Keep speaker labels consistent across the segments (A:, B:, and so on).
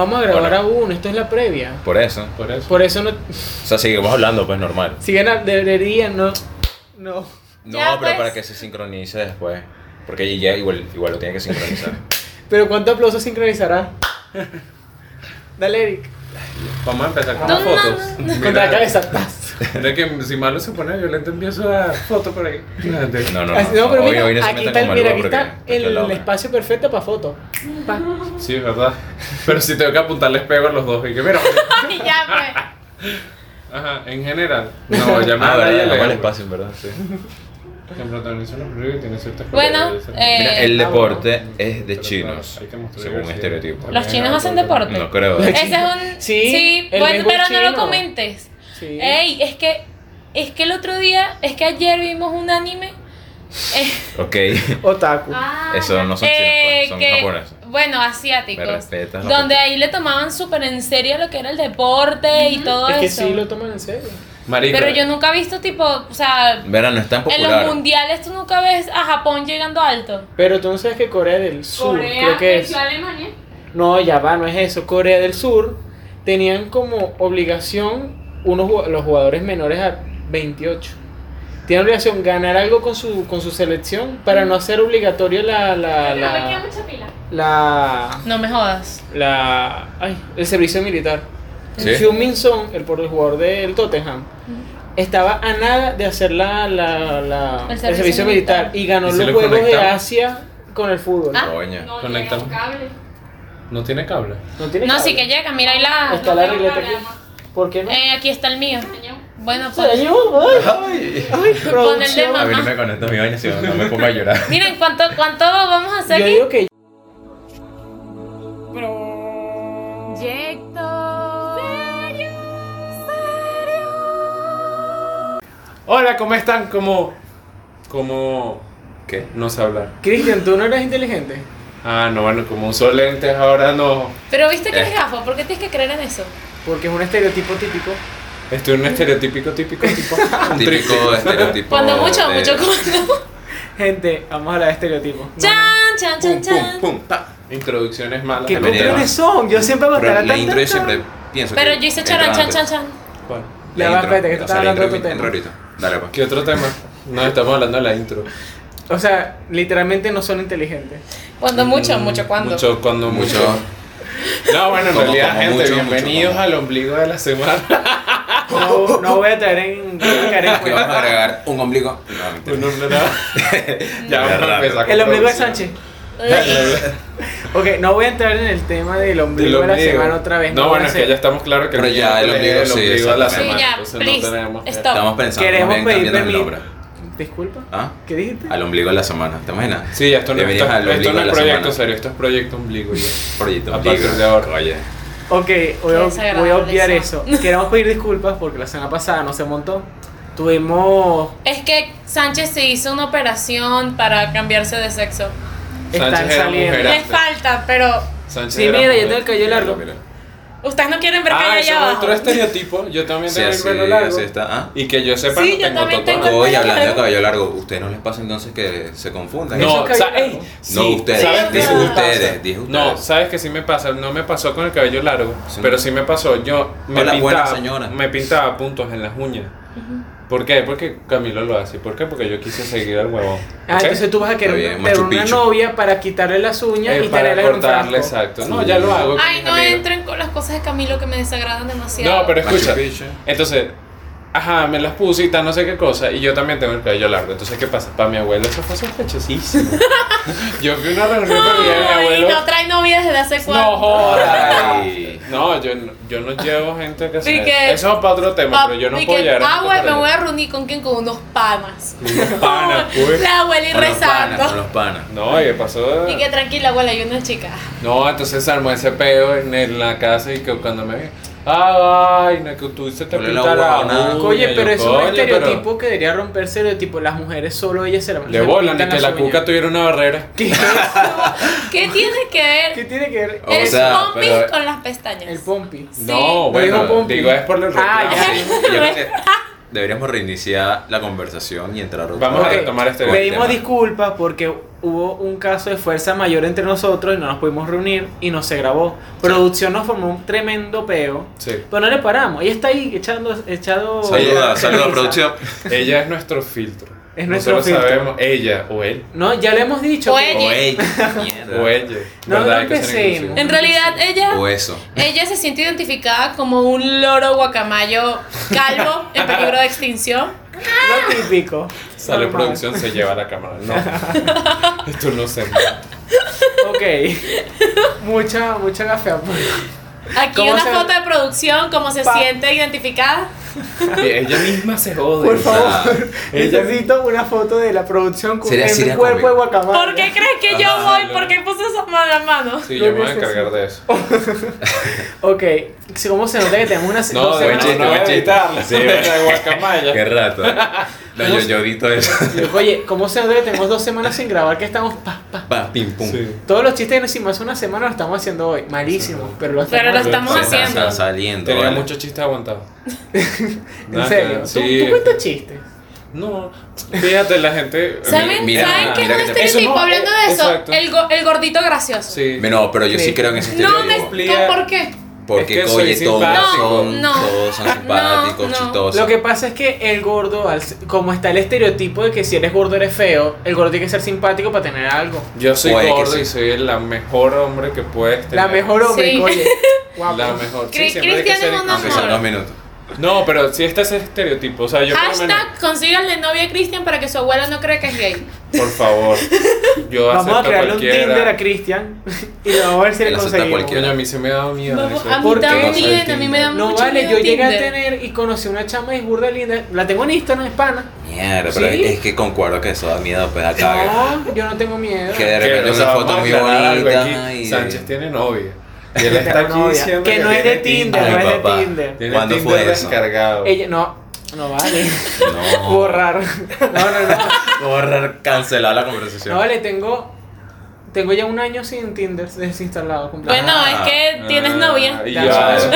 A: Vamos a grabar
B: Hola.
A: a uno, esto es la previa.
B: Por eso.
C: Por eso.
A: Por eso no.
B: O sea, seguimos hablando, pues normal.
A: Siguen a- deberían, no. No.
B: No,
D: Ya,
B: pero
D: pues.
B: para que se sincronice después. Porque ya igual, igual lo tiene que sincronizar.
A: Pero ¿cuánto aplauso sincronizará? Dale, Eric.
C: Vamos a empezar con
D: No,
C: las
D: no,
C: fotos.
D: no,
C: Mira,
A: Contra la cabeza. tas.
C: Mira que si malo se pone violento empiezo a dar fotos por ahí. Espérate.
B: No, no, no.
A: Así- No, pero
B: Hoy-
A: mira,
B: hoy no se
A: aquí
B: metan
A: está, el-
B: con
A: mira,
B: Maluma
A: aquí
B: porque-
A: está
B: porque
A: el
B: la otra.
A: espacio perfecto para foto.
C: Sí, es verdad. Pero si tengo que apuntarles pego a los dos. Y que, mira.
D: Y ya,
C: Ajá, en general. No, ya me
B: Ah,
C: da
B: verdad,
C: ya
B: no
C: le-
B: mal espacio, en verdad, sí.
D: Eh,
C: Que protagoniza una película y tiene ciertas
D: Bueno,
C: cualidades.
D: eh,
B: Mira, el
A: ah,
B: deporte
C: bueno.
B: es de
C: Pero,
B: chinos,
C: claro, hay que mostrar
B: según
C: diversidad.
B: estereotipo.
D: Los chinos hacen deporte.
B: No creo.
D: pues. Ese es un.
A: Sí, el
D: bueno,
A: béisbol
D: pero no
A: chino.
D: lo comentes.
A: Sí.
D: Ey, es que. Es que el otro día. Es que ayer vimos un anime. eh,
B: Ok.
A: Otaku.
D: Ah,
B: Eso no son chinos,
D: eh,
B: pues, son
D: que-
B: japoneses.
D: Bueno,
B: Me
D: asiáticos.
B: respetas. la
D: Donde
B: puta.
D: ahí le tomaban súper en serio lo que era el deporte y todo
A: Es que
D: eso.
A: sí lo toman en serio.
C: Marico.
D: Pero yo nunca he visto tipo, o sea,
B: Verá, no es tan
D: en los
B: popular.
D: mundiales tú nunca ves a Japón llegando alto.
A: Pero tú no sabes que Corea del Sur, creo que es.
D: Alemania.
A: No, ya va, no es eso. Corea del Sur tenían como obligación unos ju- los jugadores menores a 28. Tienen obligación ganar algo con su, con su selección para no hacer obligatorio la la la, la,
D: No me jodas.
A: la- ay, el servicio militar.
B: ¿Sí?
A: Xiu Min Song, el, por- el jugador del Tottenham, estaba a nada de hacer la, la- la- el, servicio militar. y ganó
C: ¿Y si
A: los
C: lo
A: Juegos de
C: conectamos?
A: Asia con el fútbol.
D: Ah.
B: Coño.
C: Conectamos. No tiene cable.
A: No, tiene
D: No,
A: cable.
D: sí que llega, mira ahí la.
A: Está la regleta aquí. ¿Por qué no?
D: Eh, aquí está el mío. Bueno,
A: Se
D: pues.
A: dañó, ay,
B: Ay.
A: ay,
D: Con el
A: producción.
B: A mí
D: de
B: no
D: Mamá.
B: me conecto a mi vaina, si no no me pongo a llorar.
D: Miren, ¿cuánto, ¿cuánto vamos a hacer
A: Yo
D: aquí?
A: digo que
C: Hola, ¿cómo están? ¿Cómo? ¿Cómo?
B: ¿Qué?
C: No sé hablar.
A: Cristian, tú no eres inteligente.
C: Ah, no, bueno, como uso lentes ahora no.
D: Pero viste que es
B: Eh.
D: gafo, ¿por qué tienes que creer en eso?
A: Porque es un estereotipo típico.
C: Estoy en un estereotípico, típico, tipo. un
B: Típico estereotipo.
D: Cuando mucho,
B: de-
C: eh.
D: mucho cuando.
A: Gente, vamos a hablar de estereotipos.
D: Chan, chan, chan,
C: Pum, pum,
D: chan.
C: pum, ta. Introducciones malas.
A: ¿Qué
C: a los
B: bienvenida.
A: controles
C: demás.
A: son? Yo siempre hago
B: Pero
A: tan,
B: la
A: tan,
B: intro
A: tan,
B: yo siempre
A: tan.
B: pienso
D: Pero
B: que
D: yo hice
B: entra
D: charan, chan,
B: antes.
D: chan, chan.
C: Bueno,
A: Ya
B: La
A: va,
B: intro,
A: espérate, que tú
B: o
A: estás
B: sea, la
A: hablando de
B: intro
A: otro
B: entra
A: tema.
B: ahorita. Dale, pues.
C: ¿Qué otro tema? No, estamos hablando de la intro.
A: O sea, literalmente no son inteligentes.
D: Cuando mucho, mucho cuando.
C: Mm, Mucho, cuando mucho.
B: Mucho.
C: No, bueno, en
B: Como,
C: realidad,
B: como
C: gente,
B: mucho, mucho,
C: bienvenidos
B: como.
C: al ombligo de la semana.
A: No, no voy a traer en, caer en
B: Aquí vamos a
A: cuenta.
B: agregar un ombligo. No, mentira.
C: Uno, no, no. ya vamos
B: raro.
C: a empezar con
A: El ombligo de
C: producción.
A: Sánchez. Ok, no voy a entrar en el tema del
C: Del
A: ombligo de la
C: ombligo.
A: semana otra vez.
C: No,
A: voy
C: bueno,
A: a
C: es que
A: hacer-
C: ya estamos claros que
B: Pero
C: no
B: ya,
C: hay
B: el
C: que
B: ombligo
C: leer
B: sí,
C: el ombligo de la
B: exactamente.
C: semana.
D: Sí, ya,
C: entonces
D: please,
C: no tenemos. que-
D: stop.
B: Estamos pensando
A: Queremos
B: bien
A: pedir
B: cambiando el
A: permiso.
B: nombre.
A: Disculpa.
B: ¿Ah?
A: ¿Qué dijiste?
B: Al ombligo de la semana, ¿te imaginas?
C: Sí, ya esto no,
B: Bienvenidos
C: esto-
B: al
C: esto
B: ombligo
C: no
B: de
C: es
B: la
C: proyecto
B: semana.
C: serio, esto es proyecto ombligo ya.
B: Proyecto
C: A
B: ombligo.
C: partir de ahora.
B: Oye.
A: Ok, voy a, voy a
D: desagradable
A: obviar eso.
D: eso.
A: Queremos pedir disculpas porque la semana pasada no se montó. Tuvimos.
D: Es que Sánchez se hizo una operación para cambiarse de sexo.
A: Están
C: Sánchez era
A: saliendo.
C: mujer.
D: Les falta, pero
C: Sánchez
A: Sí,
C: era
A: mira, yo
C: mujer.
A: tengo el cabello largo.
B: Mira,
D: ustedes no quieren ver que
C: Ah,
D: hay
C: ese
D: allá
C: es
D: abajo.
C: otro estereotipo. Yo también
B: Sí,
C: tengo el
B: así,
C: pelo largo.
B: así está. Ah.
C: Y que yo sepa,
D: Sí,
C: no
D: yo
C: tengo
D: también
C: tatuaje.
D: tengo-
B: Hoy
D: cabello
B: hablando de
D: largo.
B: cabello largo, ¿ustedes no les pasa entonces que se confundan?
C: No,
A: Eso es
C: sa-
A: cabello
C: ey,
A: largo.
C: sí,
B: No, ustedes,
C: ¿sabes
D: dije
C: qué me
B: ustedes,
C: pasa?
B: dije ustedes.
C: No, sabes que sí me pasa, no me pasó con el cabello largo,
B: Sí.
C: pero sí me pasó. Yo me
B: Hola, buena
C: pintaba,
B: señora.
C: me pintaba puntos en las uñas. ¿Por qué? Porque Camilo lo hace. ¿Por qué? Porque yo quise seguir al huevón.
A: Ah,
C: ¿ok?
A: entonces tú vas a
B: Está
A: querer
B: bien,
A: tener
B: Machu
A: una
B: Picchu.
A: novia para quitarle las uñas
C: Eh,
A: y
C: para
A: tenerlas en un
C: cortarle,
A: frasco.
C: exacto. No, ya lo hago. con
D: Ay,
C: mis
D: no
C: amigos.
D: entren con las cosas de Camilo que me desagradan demasiado.
C: No, pero
B: Machu
C: escucha.
B: Picchu.
C: Entonces, ajá, me las puse y tal, no sé qué cosa. Y yo también tengo el cabello largo. Entonces, ¿qué pasa? Para mi abuelo eso fue sospechosísimo. yo fui a una reunión con mi
D: Ay,
C: abuelo.
D: no trae novia desde hace
C: No
D: cuánto.
C: joda.
B: Ay.
C: No, yo, no- yo no llevo gente que se.
D: que-
C: Eso es para otro tema,
D: Pa-
C: pero yo no
D: y
C: puedo
D: que,
C: llegar.
D: Ah, güey, me voy a reunir con quién, con unos panas.
C: pana, pues.
D: La abuela y
B: Con los panas, con
D: rezando.
B: los panas.
C: No, ¿y qué pasó?
D: Y que tranquila, abuela, hay una chica.
C: No, entonces se armó ese peo en, en la casa y que cuando me ve. Ay, no, que tú se te
B: Ponle la
C: pinta la
B: huevonada.
C: uña".
A: Oye,
C: Yo,
A: pero es un
C: "Coño, pero
A: estereotipo que debería romperse el tipo las mujeres solo ellas se la
C: Le
A: se
C: bolan y
A: pintan
C: que
A: las
C: la
A: uñas.
C: cuca tuviera una barrera.
A: ¿Qué,
D: ¿Qué tiene que
A: ¿Qué
D: ver
A: tiene que ver
B: O
D: el
B: sea,
D: pompis
B: pero-
D: con las
A: el
D: pestañas?
A: pompi?
D: Sí.
C: No,
A: Lo dijo
C: bueno,
A: Pompi.
C: digo, es por el
A: Ah,
C: reclamo.
B: Sí, yo creo que- deberíamos reiniciar la conversación y entrar otra
C: Vamos
B: vez.
C: a retomar este
B: con el
A: Pedimos
B: tema.
A: disculpas porque hubo un caso de fuerza mayor entre nosotros y no nos pudimos reunir y no se grabó. Producción nos formó un tremendo peo.
C: Sí.
A: Pero no le paramos. Ella está ahí echando, echado.
B: Saluda, saluda
A: camisa.
B: producción.
C: Ella es nuestro filtro.
A: Es nuestro
C: Nosotros
A: filtro.
C: sabemos, ella o él.
A: No, ya le hemos dicho.
D: O
A: que-
D: ella.
B: Oye.
C: O ella.
A: No,
C: ¿verdad?
A: no
C: Hay que ser
A: empecemos.
C: inclusivo.
D: En realidad, ella,
B: O eso.
D: ella se siente identificada como un loro guacamayo calvo en peligro de extinción.
A: Lo típico.
C: Sale
A: Normal.
C: producción, se lleva la cámara. No. Esto no se.
A: Ok. Mucha, mucha gafea.
D: Aquí
A: ¿Cómo
D: una
A: se-
D: foto de producción, cómo se
A: Pa-
D: siente identificada.
C: Y ella misma se jode.
A: Por
C: o sea,
A: favor.
C: ella-
A: Necesito una foto de la producción con
B: Sería
A: el
B: Siria
A: cuerpo de
B: conmigo.
A: guacamaya.
D: ¿Por qué crees que
C: Ah,
D: yo voy?
C: no.
D: ¿Por qué puse esa mano en mano?
C: Sí,
A: Lo
C: yo me voy a
A: necesito. Oh,
C: encargar de eso.
A: Ok. si- ¿Cómo se nota que tenemos una
C: No,
A: dos
C: de
A: semanas-
C: hecho, no voy a editarla.
B: Sí,
C: Sí, de
B: Qué
C: guacamaya.
B: rato. ¿eh? No, yo, yo edito eso.
A: Yo, Oye, ¿cómo se nota que tenemos dos semanas sin grabar que estamos pa, pa?
B: Pa, pim, pum.
C: Sí.
A: Todos los chistes que nos hicimos hace una semana los estamos haciendo hoy. Malísimos, pero los
D: Pero
A: estamos
D: lo estamos
B: Se está-
D: haciendo.
B: está saliendo.
C: Tenía
B: vale.
C: muchos chistes aguantados.
A: En serio. ¿Tú,
C: Sí.
A: tú cuentas chistes.
C: No. Fíjate, la gente. eh,
D: ¿Saben,
B: Mira,
D: ¿saben qué es
B: mira
D: un
B: que te-
D: estereotipo?
C: Eso no,
D: Hablando de eso,
C: exacto.
D: el, go- el gordito gracioso.
C: Sí.
B: No, pero yo sí
A: Sí.
B: creo en ese
D: No me
B: estereotipo.
C: Explica-
D: ¿Por qué?
B: Porque,
C: Es que
B: oye,
C: soy
B: todos
C: simpático.
B: son,
D: No, no.
B: todos son
D: No,
B: simpáticos,
D: no.
B: chistosos.
A: Lo que pasa es que el gordo, al- como está el estereotipo de que si eres gordo eres feo, el gordo tiene que ser simpático para tener algo.
C: Yo soy
B: Puede que
C: gordo
B: sí.
C: y soy el la mejor hombre que puedes tener.
A: La mejor hombre, pues.
D: Sí.
A: oye. Guapo.
C: La mejor. Sí,
D: Cri-
C: siempre hay que
D: Cristian
C: ser
D: es un
B: Aunque
C: inclusivo.
B: sean
D: amor.
B: dos minutos.
C: No, pero sí está ese estereotipo. O sea, yo por lo menos-
D: Hashtag consíganle novia a Cristian para que su abuela no crea que es gay.
C: Por favor. Yo
A: Vamos a
C: acepto
A: crearle un
C: cualquiera.
A: Tinder a Cristian y le vamos a ver si
B: Él
A: le
B: acepta
A: conseguimos.
B: cualquiera.
C: Coño, a mí se me da miedo.
D: Vamos,
C: eso.
D: a mí
A: ¿Por qué?
D: también, a mí me da
A: No
D: mucho
A: vale,
D: miedo
A: yo llegué a
D: Tinder.
A: tener y conocí una chama de burda linda. La tengo en Instagram, es pana.
B: Mierda, pero
A: Sí.
B: es que concuerdo que eso da miedo, pues acá.
A: No, yo no tengo miedo.
B: Que de
C: Que,
B: repente
C: o sea,
B: una
C: vamos
B: foto
C: a
B: muy
C: aclarar algo
B: bonita.
C: aquí.
B: y-
C: Sánchez tiene novia. Y él está
A: Tengo
C: aquí
A: novia,
C: diciendo
A: que no es de
C: tiene
A: Tinder,
B: Ay,
A: no es de
B: papá.
A: Tinder.
C: Tiene
B: ¿Cuándo
C: Tinder
B: fue eso?
C: descargado.
A: Ella, no, no vale.
B: No.
A: Borrar. No, no, no.
B: Borrar, cancelar la conversación.
A: No vale, tengo. Tengo ya un año sin Tinder desinstalado completamente.
D: Bueno,
B: Ah,
D: es que tienes
C: Ah,
D: novia.
C: Y
A: Ya,
C: lleva,
A: ya,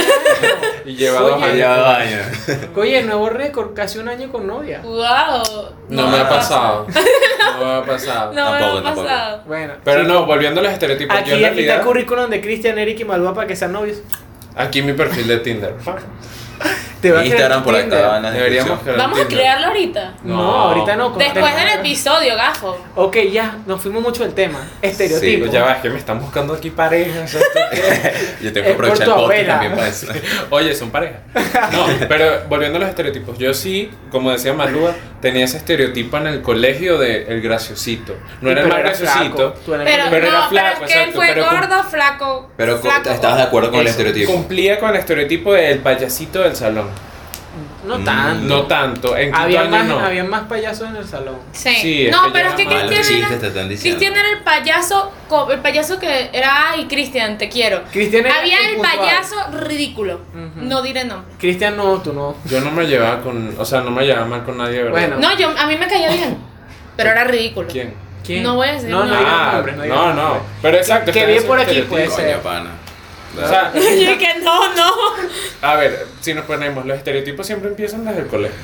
C: y lleva dos
A: Oye,
C: años.
B: Allá vaya.
A: Oye, nuevo récord, casi un año con novia.
D: Wow.
C: No me ha pasado. No me ha pasado.
D: No
B: Tampoco,
D: me ha
B: tampoco.
D: pasado.
A: Bueno,
C: Pero
A: sí.
C: no, volviendo a los estereotipos.
A: Aquí,
C: yo en
A: aquí está el
C: realidad-
A: currículum de Cristian, Eric y Malva para que sean novios.
C: Aquí mi perfil de Tinder.
A: Te va a
B: Instagram
A: crear
B: por
A: Tinder.
B: acá. en la
C: Deberíamos
B: descripción.
C: crear
D: Vamos a
C: Tinder.
D: crearlo ahorita.
A: No,
C: No.
A: ahorita no. con-
D: Después del episodio, gajo.
A: Ok, ya, nos fuimos mucho del tema.
C: Digo,
A: Estereotipos.
C: pues ya va, es que me están buscando aquí parejas. ¿esto qué?
B: Yo tengo que
A: Es por
B: aprovechar
A: tu
B: el podcast
A: abuela.
B: también para eso.
C: Oye, son pareja. No, pero volviendo a los estereotipos. Yo sí, como decía Malúa, tenía ese estereotipo en el colegio de el graciosito. No era el
A: Pero
C: más
A: eras
C: graciosito.
A: flaco, tú eras
D: Pero,
C: Pero era
D: no,
C: flaco,
D: pero es que él
C: exacto,
D: fue
C: pero con-
D: gordo, flaco.
B: Pero co-
D: flaco.
B: estabas de acuerdo con el
C: Eso,
B: estereotipo.
C: Cumplía con el estereotipo del payasito del salón.
A: No
B: Mm,
A: tanto.
C: No tanto. En quinto
A: había,
C: año
A: más,
C: no.
A: había más payasos en el salón.
D: Sí.
C: Sí, es
D: no,
C: que
D: pero
C: ya
D: es que
C: mal
B: Malos
D: Cristian
B: chistes
D: era,
B: te están diciendo.
D: Cristian era el payaso, co- el payaso que era, ay, Cristian, te quiero.
A: Cristian era
D: Había el
A: impuntual.
D: payaso ridículo.
A: Ujú.
D: No diré nombre.
A: Cristian, no, tú no.
C: Yo no me llevaba con. O sea, no me llevaba mal con nadie, ¿verdad?
A: Bueno.
D: No, yo, a mí me caía bien, pero era ridículo.
C: ¿Quién?
A: ¿Quién?
D: No voy a decir
A: No, no,
D: nada.
A: digas
C: ah,
A: nombres, no, digas
C: no,
A: nombres.
C: no. Pero exacto.
A: Que
C: está
A: bien
C: ese
A: por aquí, pues.
C: estereotipo.
A: puede ser.
B: Coño, pana.
C: O sea,
D: Yo dije, no, no.
C: a ver, si nos ponemos, los estereotipos siempre empiezan desde el colegio.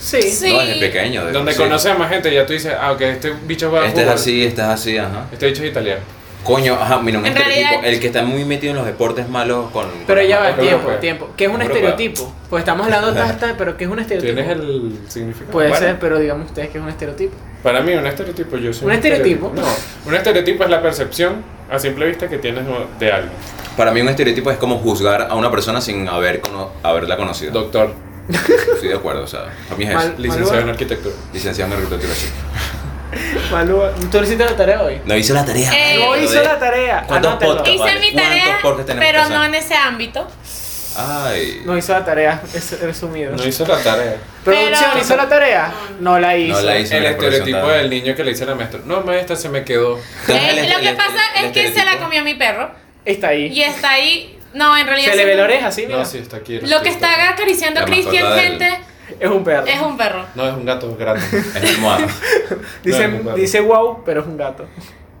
A: Sí.
D: Sí.
B: No, desde pequeño. desde-
C: Donde
B: sí.
C: conoces a más gente, ya tú dices, ah, ok, este bicho va a
B: Este es
C: jugar.
B: así, este es así, ajá.
C: Este bicho es italiano.
B: Coño, ajá, mira, un
D: En
B: estereotipo.
D: realidad-
B: El que está muy metido en los deportes malos con. con
A: Pero
B: los
A: ya va,
C: Europa,
B: malos.
A: tiempo,
C: Europa.
A: tiempo. ¿Qué es un
B: Europa.
A: estereotipo? Pues estamos hablando hasta, pero ¿qué es un estereotipo?
C: ¿Tienes el significado?
A: Este Puede
C: Bueno,
A: ser, pero digan ustedes que es un estereotipo.
C: Para mí, un estereotipo, yo soy.
A: ¿Un estereotipo?
C: No, un estereotipo es la percepción a simple vista que tienes de algo.
B: Para mí, un estereotipo es como juzgar a una persona sin haber cono- haberla conocido.
C: Doctor,
B: Estoy de acuerdo, o sea, a mí es
A: Mal-
B: eso.
C: licenciado
A: Malúa.
C: en arquitectura.
B: Licenciado en arquitectura, sí.
A: Malúa, ¿tú no hiciste la tarea hoy?
B: No hizo la tarea.
D: Eh,
B: marico,
A: No
D: lo
A: hizo
B: de-
A: la tarea.
B: ¿Cuántos
A: Anótalo.
B: podcasts?
D: Hice
B: Vale,
D: mi
B: ¿cuántos
D: tarea,
B: porques tenemos que
D: pero
B: hacer?
D: no en ese ámbito.
B: Ay.
A: No hizo la tarea, es resumido.
C: No hizo la tarea.
A: ¿Producción
D: Pero-
A: hizo la tarea? No la hizo.
B: No la hizo.
C: El
B: la
C: estereotipo
B: representada.
C: del niño que le dice a la maestra, no, maestra, se me quedó.
B: Entonces,
D: Eh,
B: el-
D: lo
B: el-
D: que
B: el-
D: pasa
B: el
D: es que se la
B: estereotipo-
D: comió mi perro
A: Está ahí.
D: y está ahí. No, en realidad.
A: Se le
D: sí-
A: ve la oreja, sí, mira.
C: No, sí, está aquí.
D: Lo que está acariciando
B: La
D: Cristian,
B: mascota del-
D: gente,
A: Es un perro.
D: es un perro.
C: No, es un gato grande.
B: Es mi almohada.
A: Dice,
C: No, es un perro.
A: dice wow, pero es un gato.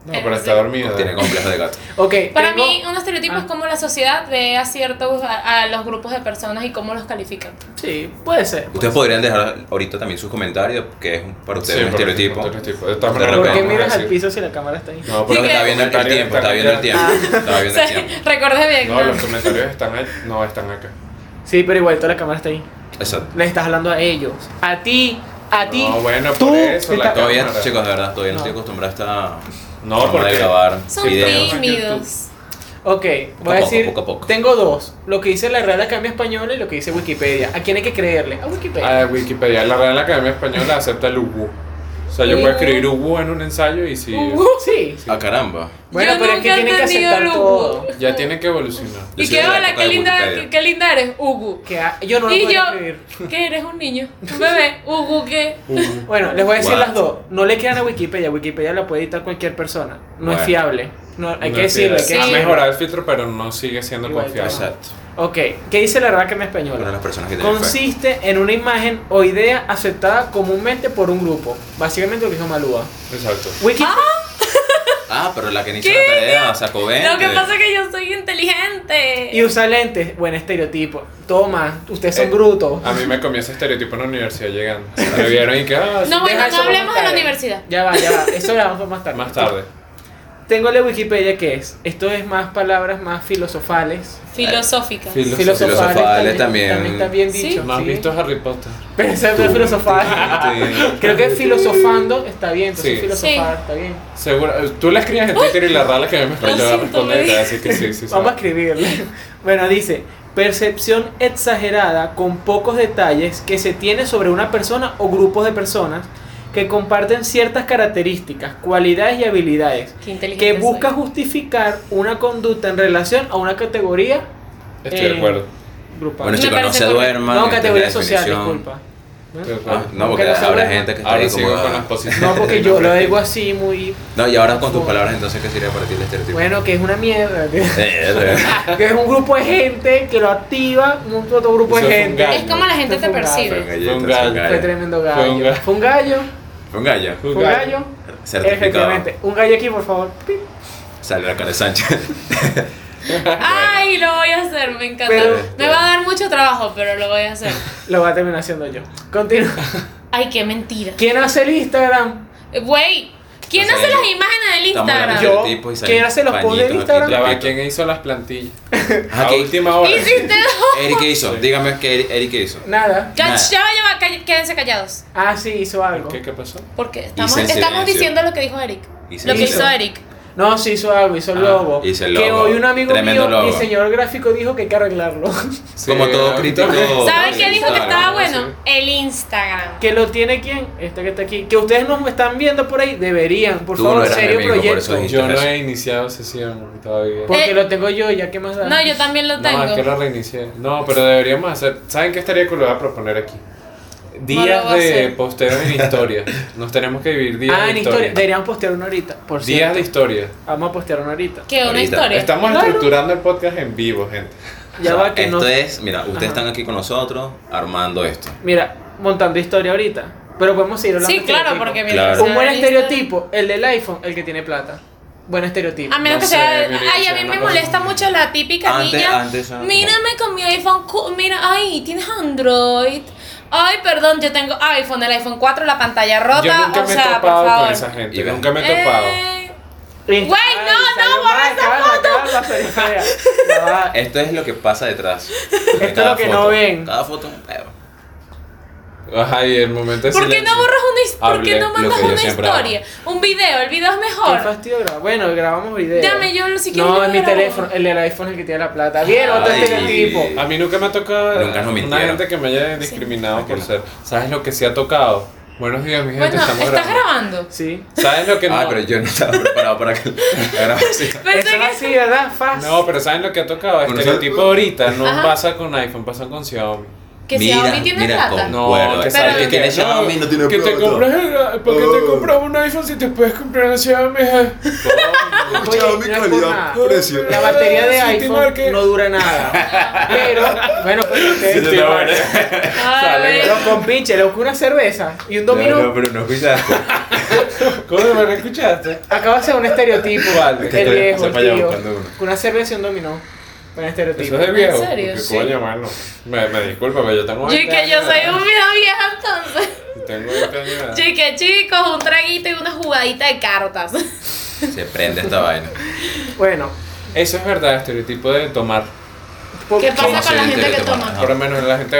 C: No, pero está dormido.
B: Tiene complejo de gato.
A: Ok,
D: Para
A: tengo-
D: mí, un estereotipo
A: Ah.
D: es cómo la sociedad ve a ciertos, a, a los grupos de personas y cómo los califican.
A: Sí, puede ser.
B: Ustedes podrían dejar ahorita también sus comentarios, que es un- para ustedes
C: Sí,
B: un
C: porque es
B: estereotipo.
C: un estereotipo. De todas
B: De
C: maneras,
A: ¿Por
B: repente.
C: lo
A: qué
C: vamos a
A: miras al
C: decir.
A: piso si la cámara está ahí?
C: No,
B: Porque
C: pero
B: está viendo el tiempo, está viendo el tiempo.
D: Ah.
B: Está viendo el tiempo.
D: Recuerda bien.
C: No, los comentarios están ahí. No, están acá.
A: Sí, pero igual toda la cámara está ahí.
B: Exacto.
A: Le estás hablando a ellos. A ti, a ti.
C: No, bueno,
A: tú.
C: por eso la
A: está-
C: cámara.
B: Todavía, chicos, de verdad, todavía no,
A: No.
B: estoy acostumbrado a esta
C: No,
B: forma
C: porque-
B: de grabar
D: Son
B: videos.
D: tímidos.
A: Ok,
B: Poco
A: voy
B: a
A: a
B: poco,
A: decir,
B: poco a poco.
A: tengo dos. Lo que dice la Real Academia Española y lo que dice Wikipedia. ¿A quién hay que creerle? A Wikipedia.
C: Ah, Wikipedia. La Real Academia Española acepta el UBU. O sea, yo puedo escribir UBU en un ensayo y si.
D: Ujú.
A: Sí.
B: Ah, caramba.
A: Bueno,
D: Yo
A: pero es que
D: nunca he
A: tienen que
D: entendido
A: aceptar
D: el
A: todo.
D: Ubu.
C: Ya tiene que evolucionar.
B: Yo
D: Y
B: soy
D: qué
B: de la
D: hola,
B: época
D: qué
B: de
D: linda,
B: Wikipedia.
D: qué, qué linda eres, Ugu.
A: Que a- yo no lo
D: y
A: puedo
D: yo,
A: escribir.
D: que eres un niño, un bebé, Ugu, que
C: UBU.
A: Bueno, les voy a decir
B: What?
A: las dos. No le crean a Wikipedia. Wikipedia la puede editar cualquier persona. No
B: Bueno.
A: es fiable. No, hay
C: No
A: que
C: es
A: decirlo. Hay que
C: fiel.
D: Sí.
C: Ha
A: decirlo.
C: mejorado el filtro, pero no sigue siendo
A: Igual,
C: confiable.
B: Exacto.
A: Ok, ¿qué dice la Real Academia Española?
B: Una de las personas que tiene fe.
A: Consiste en una imagen o idea aceptada comúnmente por un grupo. Básicamente lo que dijo Malúa.
C: Exacto.
A: Wiki-
B: Ah, pero la que ni hizo la tarea sacó 20.
D: Lo que pasa es que yo soy inteligente.
A: Y usa lentes. Buen estereotipo. Toma, ustedes son
C: Eh,
A: brutos.
C: A mí me comió ese estereotipo en la universidad llegando. Me vieron y que. Ah, sí,
D: no, bueno,
A: Deja eso
D: no
A: para más
D: hablemos de la
A: tarde.
D: universidad.
A: Ya va, ya va. Eso lo vamos a más tarde.
C: Más tarde.
A: Tengo la Wikipedia que es. Esto es más palabras más filosofales.
D: Filosófica.
C: Filo-
A: Filosofales,
B: Filosofales también.
A: está bien
D: Sí.
A: dicho.
C: No has
A: sí.
C: visto Harry Potter.
A: Pero eso no es filosofal. Creo que filosofando está bien. Entonces
C: Sí.
A: filosofar está bien.
C: Seguro. eh, Tú la escribes en Twitter y la rala que me
B: Pues
D: Lo
C: respondió a
D: siento, me
C: responder.
D: di-
C: Así que sí, sí.
A: Vamos a
C: sabe.
A: escribirle. Bueno, dice, percepción exagerada con pocos detalles que se tiene sobre una persona o grupos de personas que comparten ciertas características, cualidades y habilidades,
D: Qué inteligente.
A: que
D: soy.
A: busca justificar una conducta en relación a una categoría
C: Estoy de
A: Eh,
C: acuerdo.
A: grupal.
B: Bueno,
D: Me
B: chicos, no
D: parece
B: se
D: correcto.
B: duerman.
A: no,
B: esta es la
A: categoría social,
B: definición.
A: disculpa.
C: Estoy de
B: Ah,
C: acuerdo.
B: no, porque
A: Que no se
B: habrá
A: duerman.
B: gente que está
C: Ahora
B: ahí como.
C: sigo con las
B: ah.
C: posiciones.
A: No, porque yo lo digo así muy...
B: No, y ahora con tus palabras, entonces, ¿qué sería para ti el estereotipo?
A: Bueno, que es una mierda. Que
B: Eh, eh,
A: que es un grupo de gente que lo activa, un otro grupo
C: Eso
A: de
C: fue un
A: gente.
D: Es como la gente te
A: Fue un
B: Fue un
D: percibe.
B: gallo.
C: Fue un
B: entonces,
C: gallo.
A: Fue tremendo gallo.
C: Fue un gallo.
A: Fue un gallo.
B: Fue un gallo.
A: Fue un
C: Un gallo.
A: gallo.
B: Certificado.
A: Efectivamente. Un gallo aquí, por favor. Pip.
B: Sale la cara de Sánchez.
D: Ay, lo voy a hacer, me encanta.
A: Pero-
D: me va a dar mucho trabajo, pero lo voy a hacer.
A: Lo voy a terminar haciendo yo. Continúa.
D: Ay, qué mentira.
A: ¿Quién hace el Instagram?
D: Eh, Güey, ¿quién
B: No sé,
D: hace
B: yo-
D: las imágenes del
B: estamos
D: Instagram?
B: hablando
A: Yo.
B: Tipo y salen
A: ¿Quién hace los posts de
B: pañitos aquí,
A: Instagram?
C: Ya va,
B: trapito.
C: ¿quién hizo las plantillas?
B: Ah,
C: A
B: ¿quién?
C: última hora.
D: Hiciste dos.
B: Eric, ¿qué hizo? Dígame qué Eric ¿qué hizo.
A: Nada.
D: Ya,
B: Nada.
D: ya va, ya va, call- quédense callados.
A: Ah, sí, hizo algo.
C: ¿Qué, ¿Qué pasó?
D: Porque estamos,
B: Hice en
D: estamos
B: silencio.
D: diciendo lo que dijo Eric.
B: Hice
D: Lo
A: en
D: que hizo
A: silencio.
D: Eric.
A: No, sí hizo algo, hizo el
C: Ah,
A: logo.
B: hizo el
A: Que
B: logo.
A: hoy un amigo
B: Tremendo
A: mío,
B: logo.
A: diseñador gráfico, dijo que hay que arreglarlo.
B: Como
C: Sí,
B: todo
C: ahorita-
B: crítico.
C: Oh,
D: ¿Saben
B: de
D: qué dijo que
B: Instagram,
D: estaba
B: ¿no?
D: bueno?
C: sí.
D: El Instagram.
A: ¿Que lo tiene quién? Este que está aquí. Que ustedes nos están viendo por ahí, deberían. Por
B: Tú no
A: favor,
B: eras mi
A: serio
B: amigo, por
A: proyecto.
B: eso dijiste.
C: Yo no he iniciado sesión todavía.
A: Porque
D: Eh.
A: lo tengo yo, ya que más da.
D: No, yo también lo
C: No, es que
D: tengo.
C: lo reinicié. No, pero deberíamos hacer. ¿Saben qué estaría cool? Lo voy a proponer aquí. Días
D: voy a
C: de
D: hacer.
C: posteo en historia. Nos tenemos que vivir días
A: Ah,
C: de
A: en
C: historia.
A: historia. Deberían postear una ahorita. Por
C: días de
A: cierto.
C: historia.
A: Vamos a postear una ahorita.
D: Que una
B: Ahorita.
D: historia.
C: Estamos
A: Claro.
C: estructurando el podcast en vivo, gente.
A: Ya va que
B: esto
A: no.
B: es, mira, ustedes
A: Ajá.
B: están aquí con nosotros armando esto.
A: Mira, montando historia ahorita. Pero podemos seguir hablando.
D: Sí,
A: de este
D: claro,
A: estereotipos.
D: porque
B: Claro.
D: mientras
A: Un buen
D: sea el
A: estereotipo, el del iPhone, el que tiene plata. Buen estereotipo.
D: A menos
C: No
D: que
C: sé,
D: sea.
C: mire,
D: ay, a
C: sea
D: mí
C: una
D: me
C: cosa-
D: molesta mucho la típica
B: Antes-
D: niña.
B: antes era como-
D: Mírame con mi iPhone. cu- Mira, ay, tienes Android. Ay, perdón, yo tengo iPhone, el iPhone 4, la pantalla rota.
C: Yo nunca
D: o
C: me he
D: sea,
C: topado
D: por favor.
C: con esa gente.
B: Y ve.
C: nunca me he
D: Eh,
C: topado.
A: Güey,
D: Güey, no, no, borra esa
A: foto. Ya va.
B: Esto es lo que pasa detrás.
A: Esto es lo que no ven.
B: Cada foto eh. es un pedo.
C: Ajá, y el momento de
D: ¿Por qué
C: silencio.
D: no borras una his- ¿Por
C: Hablé
D: qué no
C: lo que
D: mandas
C: yo
D: una
C: siempre
D: historia? Un video, el video es
A: Qué
D: mejor.
A: fastidio grabar. Bueno, grabamos video.
D: Dame, yo lo- si quieres, yo
A: No,
D: lo
A: es mi
D: grabo.
A: teléfono. El del iPhone es el que tiene la plata. Bien, otro
B: Ay.
A: estereotipo.
C: A mí nunca me ha tocado
B: Nunca nos
C: una
B: mintieron.
C: gente que me haya discriminado por
B: Tranquila.
C: ser. ¿Sabes lo que sí ha tocado? Buenos días, mi gente.
D: Bueno,
C: estamos
D: estás grabando.
A: Sí.
C: ¿Sabes lo que no?
B: Ah, pero yo no estaba preparado para que la grabación.
D: Pensé
A: Eso es
D: que
A: así, ¿verdad? Fácil.
C: No, pero ¿saben lo que ha tocado?
B: Bueno,
C: Estereotipo
B: ¿sabes?
C: ahorita no
D: Ajá.
C: pasa con iPhone, pasa con Xiaomi.
D: Que si Xiaomi tiene
B: mira,
D: plata.
C: No,
B: concuerdo,
C: que
B: ¿sabes
D: pero-
B: qué tiene
C: que-
B: Xiaomi? No tiene
C: que te
B: plata.
C: compras el- ¿Por qué te
B: Oh.
C: compras un iPhone si te puedes comprar una Xiaomi?
A: Oye,
B: Xiaomi,
A: no es por
B: calidad,
A: nada.
B: precio.
A: La batería de
C: Sí,
A: iPhone
C: Timarque.
A: no dura nada. Pero, bueno, pues, este, pero ustedes
B: Sí, está bueno.
D: A ver.
A: Los compinches, los que una cerveza y un dominó.
B: No, no, pero no escuchaste.
C: ¿Cómo me escuchaste?
A: Acaba de ser un estereotipo.
B: Vale.
A: el viejo,
B: Se
A: el
B: falla
A: tío.
B: buscando uno.
A: Con una cerveza y un dominó. Un estereotipo.
C: Eso es de viejo.
D: ¿En serio?
C: Porque,
D: Sí.
C: coño, mano. Me, me disculpa, pero yo tengo
D: Yo y que yo soy un video vieja entonces.
C: Tengo 20 años.
D: Yo y que chicos, un traguito y una jugadita de cartas.
B: Se prende esta vaina.
A: Bueno,
C: Eso es verdad, estereotipo de tomar.
A: ¿por
D: ¿Qué
A: qué?
D: pasa
B: así
D: con la
B: el
D: gente que
B: teléfono?
D: toma?
B: Ajá.
C: Por lo menos la gente.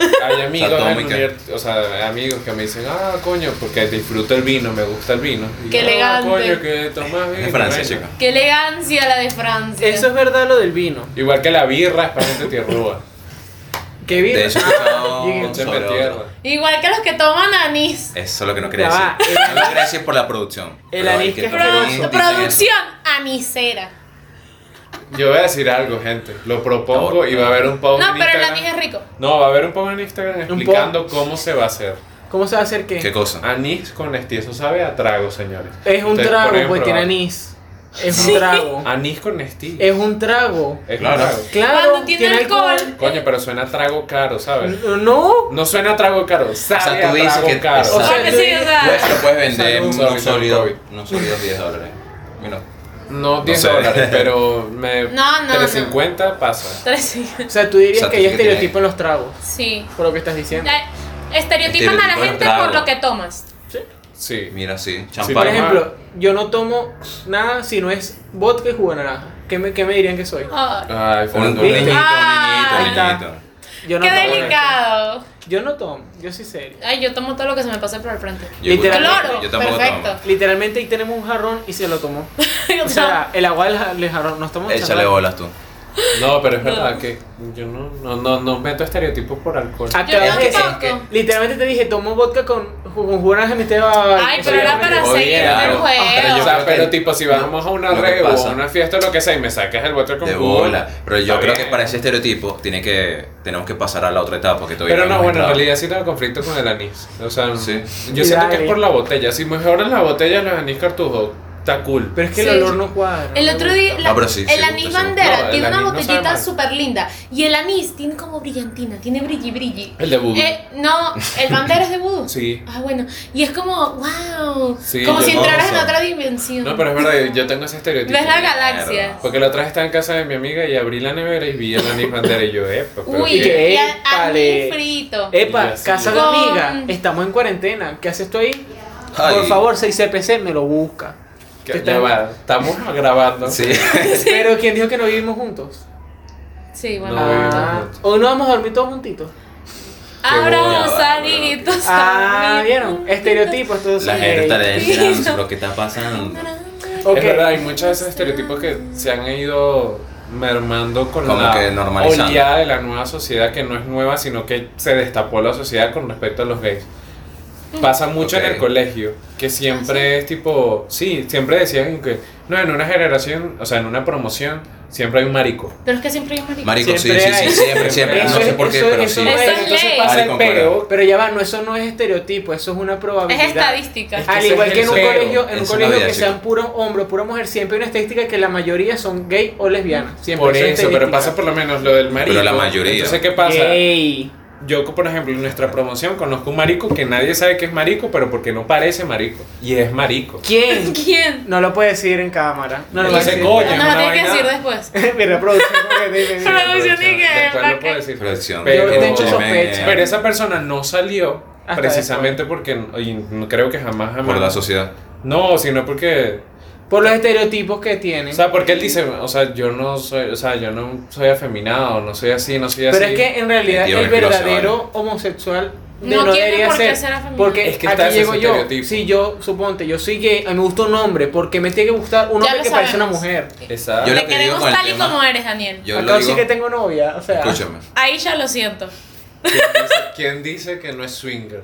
C: Hay amigos, en
B: Atómica.
C: univers- o sea, amigos que me dicen, ah, coño, porque disfruto el vino, me gusta el vino. Y
D: Qué
C: yo,
D: elegante.
C: Ah, coño, que tomas vino.
B: Es Francia,
C: vaina".
B: chico.
D: Qué elegancia la de Francia.
A: Eso es verdad lo del vino.
C: Igual que la birra es para gente tierrúa.
A: ¿Qué vino?
B: De eso he escuchado
A: Llegué.
B: un
C: Siempre
B: sobre
C: tierra.
B: otro.
D: Igual que los que toman anís.
B: Eso es lo que no quería
A: Ya va,
B: decir.
A: el-
B: No lo quería decir por la producción.
A: el
B: pero
A: anís
B: hay
A: que es
B: también
A: Produ-
B: dicen eso.
D: producción anisera.
C: Yo voy a decir algo, gente. Lo propongo
B: Ahora.
C: y va a haber un
A: Oh,
C: post
D: No,
C: en
D: pero el
C: Instagram.
D: anís es rico.
C: No, va a haber un post en Instagram
A: post.
C: explicando cómo se va a hacer.
A: ¿Cómo se va a hacer qué?
B: ¿Qué cosa?
C: Anís con este, eso sabe a trago, señores.
A: Es un
C: Ustedes
A: trago,
C: ponen a
A: pues tiene
C: probar.
A: anís. Es un trago.
C: Anís con Nestí.
A: Es un trago.
C: Es
B: Claro.
C: claro.
A: Claro.
D: Cuando tiene alcohol.
C: Coño, pero suena a trago caro, ¿sabes?
A: N- No.
C: No suena a trago caro, sabe
B: sea, tú
C: a
B: dices
C: trago
B: que-
C: caro.
B: exacto.
A: O sea,
D: Claro Ah, que
A: tú
D: sí, o
A: dices-
B: Pues
D: sea.
B: lo puedes vender
C: Salud,
B: unos
C: salud,
B: sólidos
C: COVID.
B: unos sólidos 10 dólares. Bueno,
C: no 10
B: sé.
C: dólares, pero me
D: No, no, no.
C: 350 pasa.
D: Tres-
A: O sea, tú dirías
B: Exacto,
A: que hay
B: sí que tiene-
A: estereotipo en los tragos,
D: Sí.
A: por lo que estás diciendo.
D: La- Estereotipan a la
B: Estereotipo de
D: gente
B: trago.
D: por lo que tomas.
C: Sí.
B: mira, sí,
A: Por
C: Ajá.
B: champán.
A: ejemplo, yo no tomo nada si no es vodka y jugo de naranja. ¿Qué me, qué me dirían que soy?
D: Ay,
B: Un,
C: Ay,
B: un niñito,
C: Fernando,
B: un niñito,
D: Ah.
B: un
A: Ahí
B: niñito.
A: está. Yo no
D: qué
A: tomo.
D: delicado.
A: Yo no tomo, yo soy serio.
D: Ay, yo tomo todo lo que se me pase por el frente.
B: Yo escucho-
A: Literalmente,
D: Cloro.
B: yo tampoco
D: perfecto.
B: tomo.
A: Literalmente ahí tenemos un jarrón y se lo tomó.
D: O
A: O
D: sea,
A: sea, el agua del ja- del jarrón, nos tomamos
B: Échale
A: champán.
B: bolas tú.
C: No, pero es verdad que yo no, no, no, no meto estereotipos por alcohol.
A: Acabas
D: yo
B: es que-
A: de-
B: es
D: tampoco.
B: que-
A: Literalmente te dije, tomo vodka con, ju- con jugo de naranja y me te va
D: Ay, pero era para
B: Oye,
D: seguir el
B: claro.
C: Ah, Pero yo- o
D: juego.
C: sea,
B: creo que-
C: pero tipo, si vamos a una
B: lo que
C: rave o
B: pasa-
C: a una fiesta o lo que sea y me sacas el bote con
B: De
C: jugo,
B: bola. Pero yo
C: está
B: creo
C: bien.
B: que para ese estereotipo tiene que, tenemos que pasar a la otra etapa que todavía
C: Pero no,
B: hemos
C: bueno, en
B: entrado.
C: realidad sí tengo conflicto con el anís. O sea,
B: Sí.
C: yo siento que
A: Dale.
C: es por la botella. Si mejoran la botella, los anís cartujo, está cool.
A: Pero es que
D: Sí.
A: el olor no cuadra.
D: El
A: no me
D: otro
A: gusta.
D: día, la-
B: No, pero sí,
D: el
B: sí
D: anís
B: gusta, sí gusta.
D: bandera
C: No, el
D: tiene una
C: anís no sabe
D: botellita
C: mal.
D: súper linda. Y el anís tiene como brillantina, tiene brilli brilli.
C: El de vudú.
D: Eh, no, el bandera es de vudú.
C: Sí.
D: Ah, bueno. Y es como, wow.
C: Sí,
D: como
C: yo
D: si
B: no,
D: entraras
B: o
D: en
B: sea,
D: otra dimensión.
C: No, pero es verdad, yo tengo ese estereotipo.
D: Ves la galaxia.
B: Mierda.
C: Porque la otra vez estaba en casa de mi amiga y abrí la nevera y vi el anís bandera y yo, eh, pues, pero
D: Uy,
C: ¿qué? Eh,
A: qué?
D: y a-
A: Épale.
D: anís frito.
A: Epa,
C: Ya, sí.
A: casa de
D: Con-
A: amiga, estamos en cuarentena. ¿Qué haces tú ahí?
B: Ay.
A: Por favor, 6CPC, me lo busca.
C: Que-
A: Te
C: ya
A: están-
C: va, estamos grabando.
B: Sí.
A: Pero ¿quién dijo que no vivimos juntos?
D: Sí, bueno.
C: No, vivimos
A: Ah,
C: juntos.
A: hoy no vamos a dormir todos juntitos.
D: Ahora
B: bola,
D: gusanitos.
A: Ah,
D: amiguitos.
A: ¿vieron? Estereotipos, eh, todos
B: La
A: son
B: gente está
A: gays.
B: enterando lo que está pasando.
A: Ok.
C: Es verdad, hay muchos de esos estereotipos que se han ido mermando con
B: Como
C: la
B: que normalizando.
C: oleada de la nueva sociedad, que no es nueva, sino que se destapó la sociedad con respecto a los gays. Pasa mucho en
B: Ok.
C: el colegio, que siempre es tipo, sí, siempre decían que, no, en una generación, o sea, en una promoción, siempre hay un marico.
D: Pero es que siempre hay un marico.
B: Marico, sí,
A: Siempre
B: sí, sí,
A: hay.
B: siempre, siempre.
A: Eso
B: No
A: es-
B: sé por qué,
A: eso es-
B: pero
A: eso
B: sí.
D: es-
C: Pero
D: ley.
C: entonces pasa
B: Marico
C: el
B: en Corea.
C: peo.
A: Pero ya va, no, eso no es estereotipo, eso es una probabilidad.
D: Es estadística.
C: Es
A: Al
C: Ese
A: igual que en un
C: el cero.
A: colegio, en un
B: Eso no
A: colegio
B: había
A: que
B: sido.
A: sean puros hombres o pura mujer, siempre hay una estadística que la mayoría son gay o lesbianas. Siempre
C: Por
A: es
C: eso, pero
A: estadística.
C: pasa por lo menos lo del marico.
B: Pero la mayoría.
C: Entonces, ¿qué pasa?
A: Gay.
C: Yo, por ejemplo, en nuestra promoción conozco un marico que nadie sabe que es marico, pero porque no parece marico. Y es marico.
A: ¿Quién?
D: ¿Quién?
A: No lo puede decir en cámara. No lo
C: Y
A: puede
C: ese
A: decir.
C: coño.
D: No,
C: es
D: no, lo
C: una
D: tienes que
C: vaina-
D: decir después.
A: Mira, producción, porque dime, dime.
D: Producción y que-
C: Después lo
D: ¿para
C: puedo
D: qué?
C: decir.
B: Producción.
C: Pero-
A: Yo tengo
B: Chisme.
A: sospecha.
C: Pero esa persona no salió
A: Hasta
C: precisamente porque, y no creo que jamás, jamás.
B: Por la sociedad.
C: No, sino porque,
A: Por los estereotipos que tiene.
C: o sea, porque él dice, o sea, yo no soy, o sea, yo no soy afeminado, no soy así, no soy así.
A: Pero es que en realidad
B: El
A: el,
B: tío mentiroso,
A: verdadero homosexual de-
D: No
A: no,
D: tiene
A: debería
D: por qué
A: ser.
D: ser afeminado.
A: porque
C: Es que está
A: aquí
C: ese
A: llego yo.
C: estereotipo.
A: Si yo, suponte, yo soy gay, a mí me gusta un hombre, porque me tiene que gustar un
D: Ya
A: hombre
D: lo
A: que parece una
D: sabemos.
A: mujer.
C: Exacto.
B: Yo lo
D: Te
B: que digo
D: queremos
B: con el
D: tal y
B: tema-
D: como eres, Daniel.
B: Yo lo
A: Acá
B: digo.
A: sí que tengo novia. O sea,
B: Escúchame.
D: Ahí ya lo siento.
C: ¿Quién dice, quién dice que no es swinger?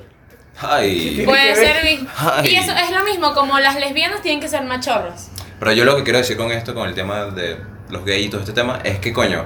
B: Ay.
D: Puede
A: que ver.
D: ser bi-
B: Ay.
D: Y eso es lo mismo, como las lesbianas tienen que ser machorras.
B: Pero yo lo que quiero decir con esto, con el tema de los gays y todo este tema, es que coño,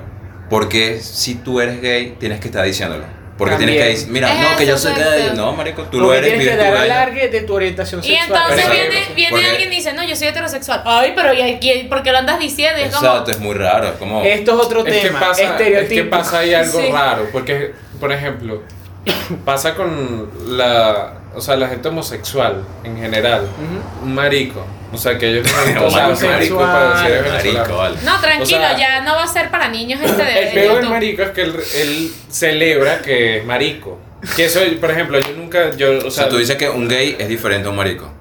B: porque si tú eres gay, tienes que estar diciéndolo. Porque tienes
A: También.
B: que decir, mira,
D: Es
B: no, que yo
D: eso,
B: soy
D: exacto.
B: gay. No, marico, tú lo
A: Porque
B: eres,
A: tienes que
B: vives tu
A: dar
B: vaina.
A: alargue de tu orientación
D: Y
A: sexual.
D: entonces
B: Exacto.
D: viene, viene
B: Porque-
D: alguien y dice, no, yo soy heterosexual. Ay, pero ¿y aquí, por qué lo andas diciendo? Y es como,
B: Exacto, es muy raro. Es como.
A: Esto es otro
C: Es que
A: tema.
C: pasa, es
A: estereotipos.
C: que pasa ahí algo
D: Sí.
C: raro, porque, por ejemplo, pasa con la, o sea, la gente homosexual en general,
A: Ujú.
C: un marico, o sea, que ellos no
B: Marico,
C: usan marico para decir es
B: Marico,
C: venezolano.
B: vale.
D: no, tranquilo,
C: O sea,
D: ya no va a ser para niños este de
C: El peor del
D: YouTube".
C: marico es que él, él celebra que es marico. Que eso, por ejemplo, yo nunca, yo, o
B: O sea,
C: sea,
B: tú dices que un gay es diferente a un marico.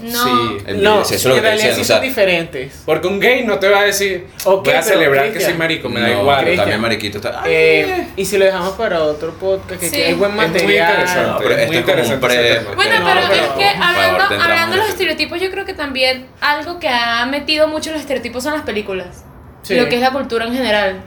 D: No.
C: Sí.
A: No,
B: Eso es lo
A: en
B: que estoy
A: realidad
B: diciendo.
A: sí
B: O sea,
A: son diferentes.
C: porque un gay no te va a decir,
A: Ok,
C: voy a
A: pero,
C: celebrar que
A: Cristian,
C: soy marico, me da
B: no,
C: igual.
B: pero
A: Cristian.
B: También mariquito está. ay,
A: Eh, y si lo dejamos para otro podcast, que
D: Sí.
A: que es buen
C: Es muy
A: material.
C: interesante.
B: No, pero
C: es
B: esto
C: muy
B: es como un
C: interesante
B: pre-
C: ese tema.
D: Bueno,
A: No,
D: pero,
A: pero-
D: es que
A: por
D: hablando,
B: te entramos
D: hablando de los
B: en eso.
D: estereotipos, yo creo que también algo que ha metido mucho los estereotipos son las películas.
A: Sí.
D: Lo que es la cultura en general.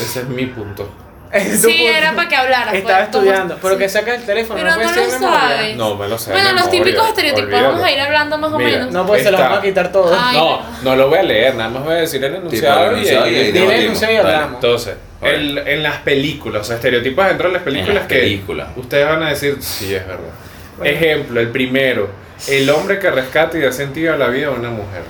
C: Ese es mi punto.
A: Es tu
D: Sí,
A: punto.
D: era para que hablaras.
A: Estaba
D: pues, como-
A: estudiando, pero
D: sí.
A: que saca el teléfono.
D: Pero
A: puede
D: no
A: ser
D: lo
A: de memoria.
D: sabe.
C: No, me lo sé. de
D: Bueno, los
C: memoria,
D: típicos estereotipos,
C: olvídalo.
D: vamos a ir hablando más o
C: Mira,
D: menos.
A: No, pues se los
C: Está.
A: vamos a quitar todos.
D: Ay,
C: no,
D: no.
C: no lo voy a leer, nada más voy a decir el enunciado.
B: el
C: y-
B: enunciado
C: y-
B: y-
A: Dile el
B: debatimos,
A: enunciado y
B: dale.
A: hablamos.
C: Entonces, el- en las películas, o sea, estereotipos dentro de las películas
B: las
C: que
B: películas.
C: ustedes van a decir, sí, es verdad. Ejemplo, el primero, el hombre que rescata y da sentido a la vida de una mujer.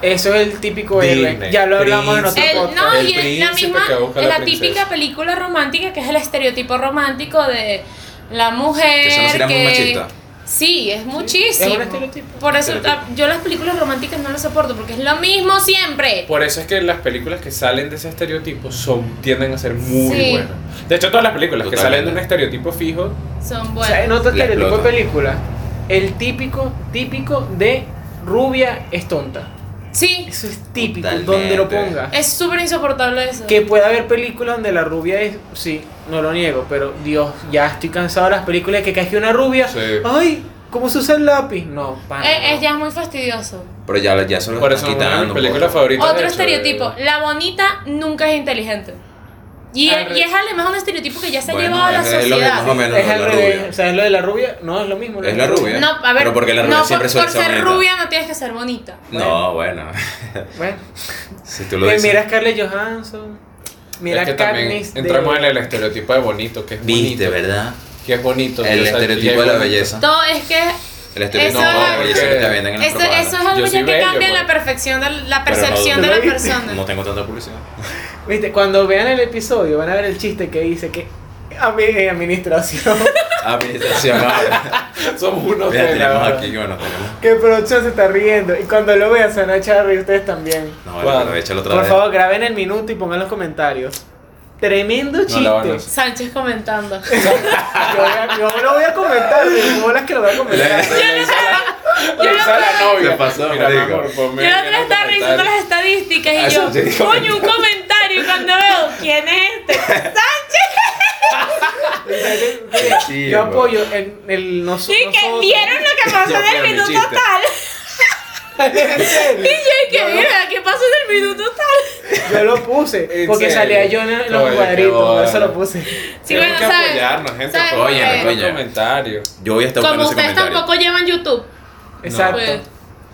A: Eso es el típico
C: Disney,
A: héroe. Ya lo hablamos en otro
C: príncipe.
D: El-
A: podcast.
D: no,
C: El
D: y es la
C: príncipe
D: misma,
C: que busca a
D: es
C: la
D: la,
C: princesa.
D: típica película romántica que es el estereotipo romántico de la mujer.
B: Que eso no sería muy machista.
D: Sí, es muchísimo.
A: es un estereotipo.
D: Por eso
C: Estereotipo.
D: ah, yo las películas románticas no las soporto porque es lo mismo siempre.
C: Por eso es que las películas que salen de ese estereotipo son, tienden a ser muy
D: Sí.
C: buenas. De hecho, todas las películas que
B: Totalmente.
C: salen de un estereotipo fijo,
D: Son
A: ¿Sabes? En
D: buenas.
A: otro estereotipo
B: La
A: de
B: explota.
A: película, el típico, típico de rubia es tonta.
D: Sí,
A: Eso es típico,
B: Totalmente.
A: donde lo ponga.
D: es súper insoportable eso.
A: Que pueda haber películas donde la rubia es. Sí, no lo niego, pero Dios, ya estoy cansado de las películas que cae una rubia.
C: Sí.
A: ¡Ay! ¿Cómo se usa el lápiz? No, pana.
D: Eh,
A: no.
D: es ya es muy fastidioso.
B: Pero ya, ya se lo
C: por eso
B: están
C: es una de mis
B: quitando.
C: películas
B: poco.
C: favoritas.
D: Otro
C: de hecho, de-
D: estereotipo,
B: eh.
D: la bonita nunca es inteligente. Y,
A: Al
D: y
A: re-
D: es además un estereotipo que ya se ha
B: Bueno,
D: llevado a la
B: es- es lo que
D: sociedad.
B: más o menos-
A: Es
B: la
A: al
B: rubia.
A: revés. O sea, es lo de la rubia. No, es lo mismo.
B: Es la rubia.
D: No, a ver,
B: Pero porque la rubia
D: no,
B: siempre
D: por,
B: suele
D: por
B: ser
D: ser
B: bonita.
D: rubia no tienes que ser bonita.
B: No, bueno.
A: Bueno.
B: si tú lo
A: Eh,
B: dices.
A: mira a Scarlett Johansson. Mira
C: es que
A: a
C: también
A: Katniss de-
C: entramos en el estereotipo de bonito, que es
B: Viste,
C: bonito.
B: ¿verdad?
C: Que es bonito. que,
B: El
C: o sea, que es
B: estereotipo de la
C: bonito.
B: belleza.
D: Todo es que
B: El estereotipo
D: Eso-
B: no, de la belleza que te venden en la
D: eso, eso es
B: propaganda.
D: algo
C: Yo
D: ya
C: soy
D: que
C: bello,
D: cambia
C: pues.
D: la percepción, de la
B: Pero no-
D: percepción de
A: ¿Lo
D: la
A: viste?
D: persona.
B: No tengo tanta publicidad.
A: Viste, cuando vean el episodio van a ver el chiste que dice que a mí en administración
C: Ah,
B: Administración. ahora.
C: Somos unos
B: Mira,
C: de ah, la
B: tenemos
C: verdad.
B: aquí, bueno, tenemos.
A: que producción se está riendo y cuando lo vean se van a echar a reír ustedes también.
B: No, vale,
C: ¿Cuál?
B: pero échalo otra
A: Por
B: vez.
A: favor, graben el minuto y pongan los comentarios. Tremendo chiste. Ah,
C: la van a hacer.
D: Sánchez comentando.
A: yo, voy a- yo lo voy a comentar, de bolas que lo voy a comentar.
C: Le hizo a la novia.
B: Le pasó,
C: Mira,
B: marico.
C: mi amor, ponme
D: Yo la
C: en
D: otra
C: el
D: estaba
C: comentario.
D: revisando las estadísticas
B: Ah,
D: y
B: Sánchez,
D: yo, coño, un
B: comentario".
D: comentario y cuando veo quién es este.
B: Sí, pues.
A: yo
C: pues.
B: bro.
A: apoyo el, el noso-
D: Y que
A: nosotros.
D: vieron lo que pasó
B: Yo
D: en el
B: quiero mi
D: minuto
B: chiste.
D: tal.
A: En
D: Y
A: serio,
D: yo, que mira, ¿qué pasó en el minuto tal?
A: yo lo puse.
C: En
A: Porque
C: serio.
A: salía yo en los
C: Oye, qué
A: cuadritos, por eso
C: bola.
A: lo puse.
D: Sí,
C: Tenemos
D: bueno,
C: que
D: ¿sabes?
C: apoyarnos, gente.
D: ¿Sabes?
B: Oye,
D: Porque
B: coño.
C: comentario.
B: Yo voy a estar
D: Como
B: buscando ese
D: ustedes
B: comentario.
D: tampoco llevan YouTube,
A: Exacto.
D: pues,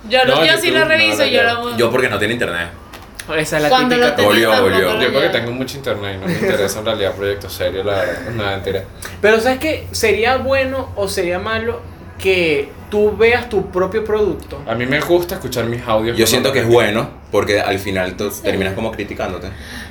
D: yo, lo-
C: No,
D: yo sí
C: YouTube
D: lo
C: no
D: reviso
C: lo
D: y yo
C: leo.
D: lo
B: Yo porque no tiene internet.
A: Esa es la
D: Pues, Cuando
A: típica.
D: lo tenía
B: Volvió,
D: tampoco
B: volvió.
D: lo
C: Yo porque
D: veía.
C: tengo mucho internet y no me interesa en realidad proyectos serios, la verdad. No, mentira.
A: Pero sabes que sería bueno o sería malo que tú veas tu propio producto.
C: A mí me gusta escuchar mis audios.
B: Yo siento que es bueno porque al final tú terminas como criticándote.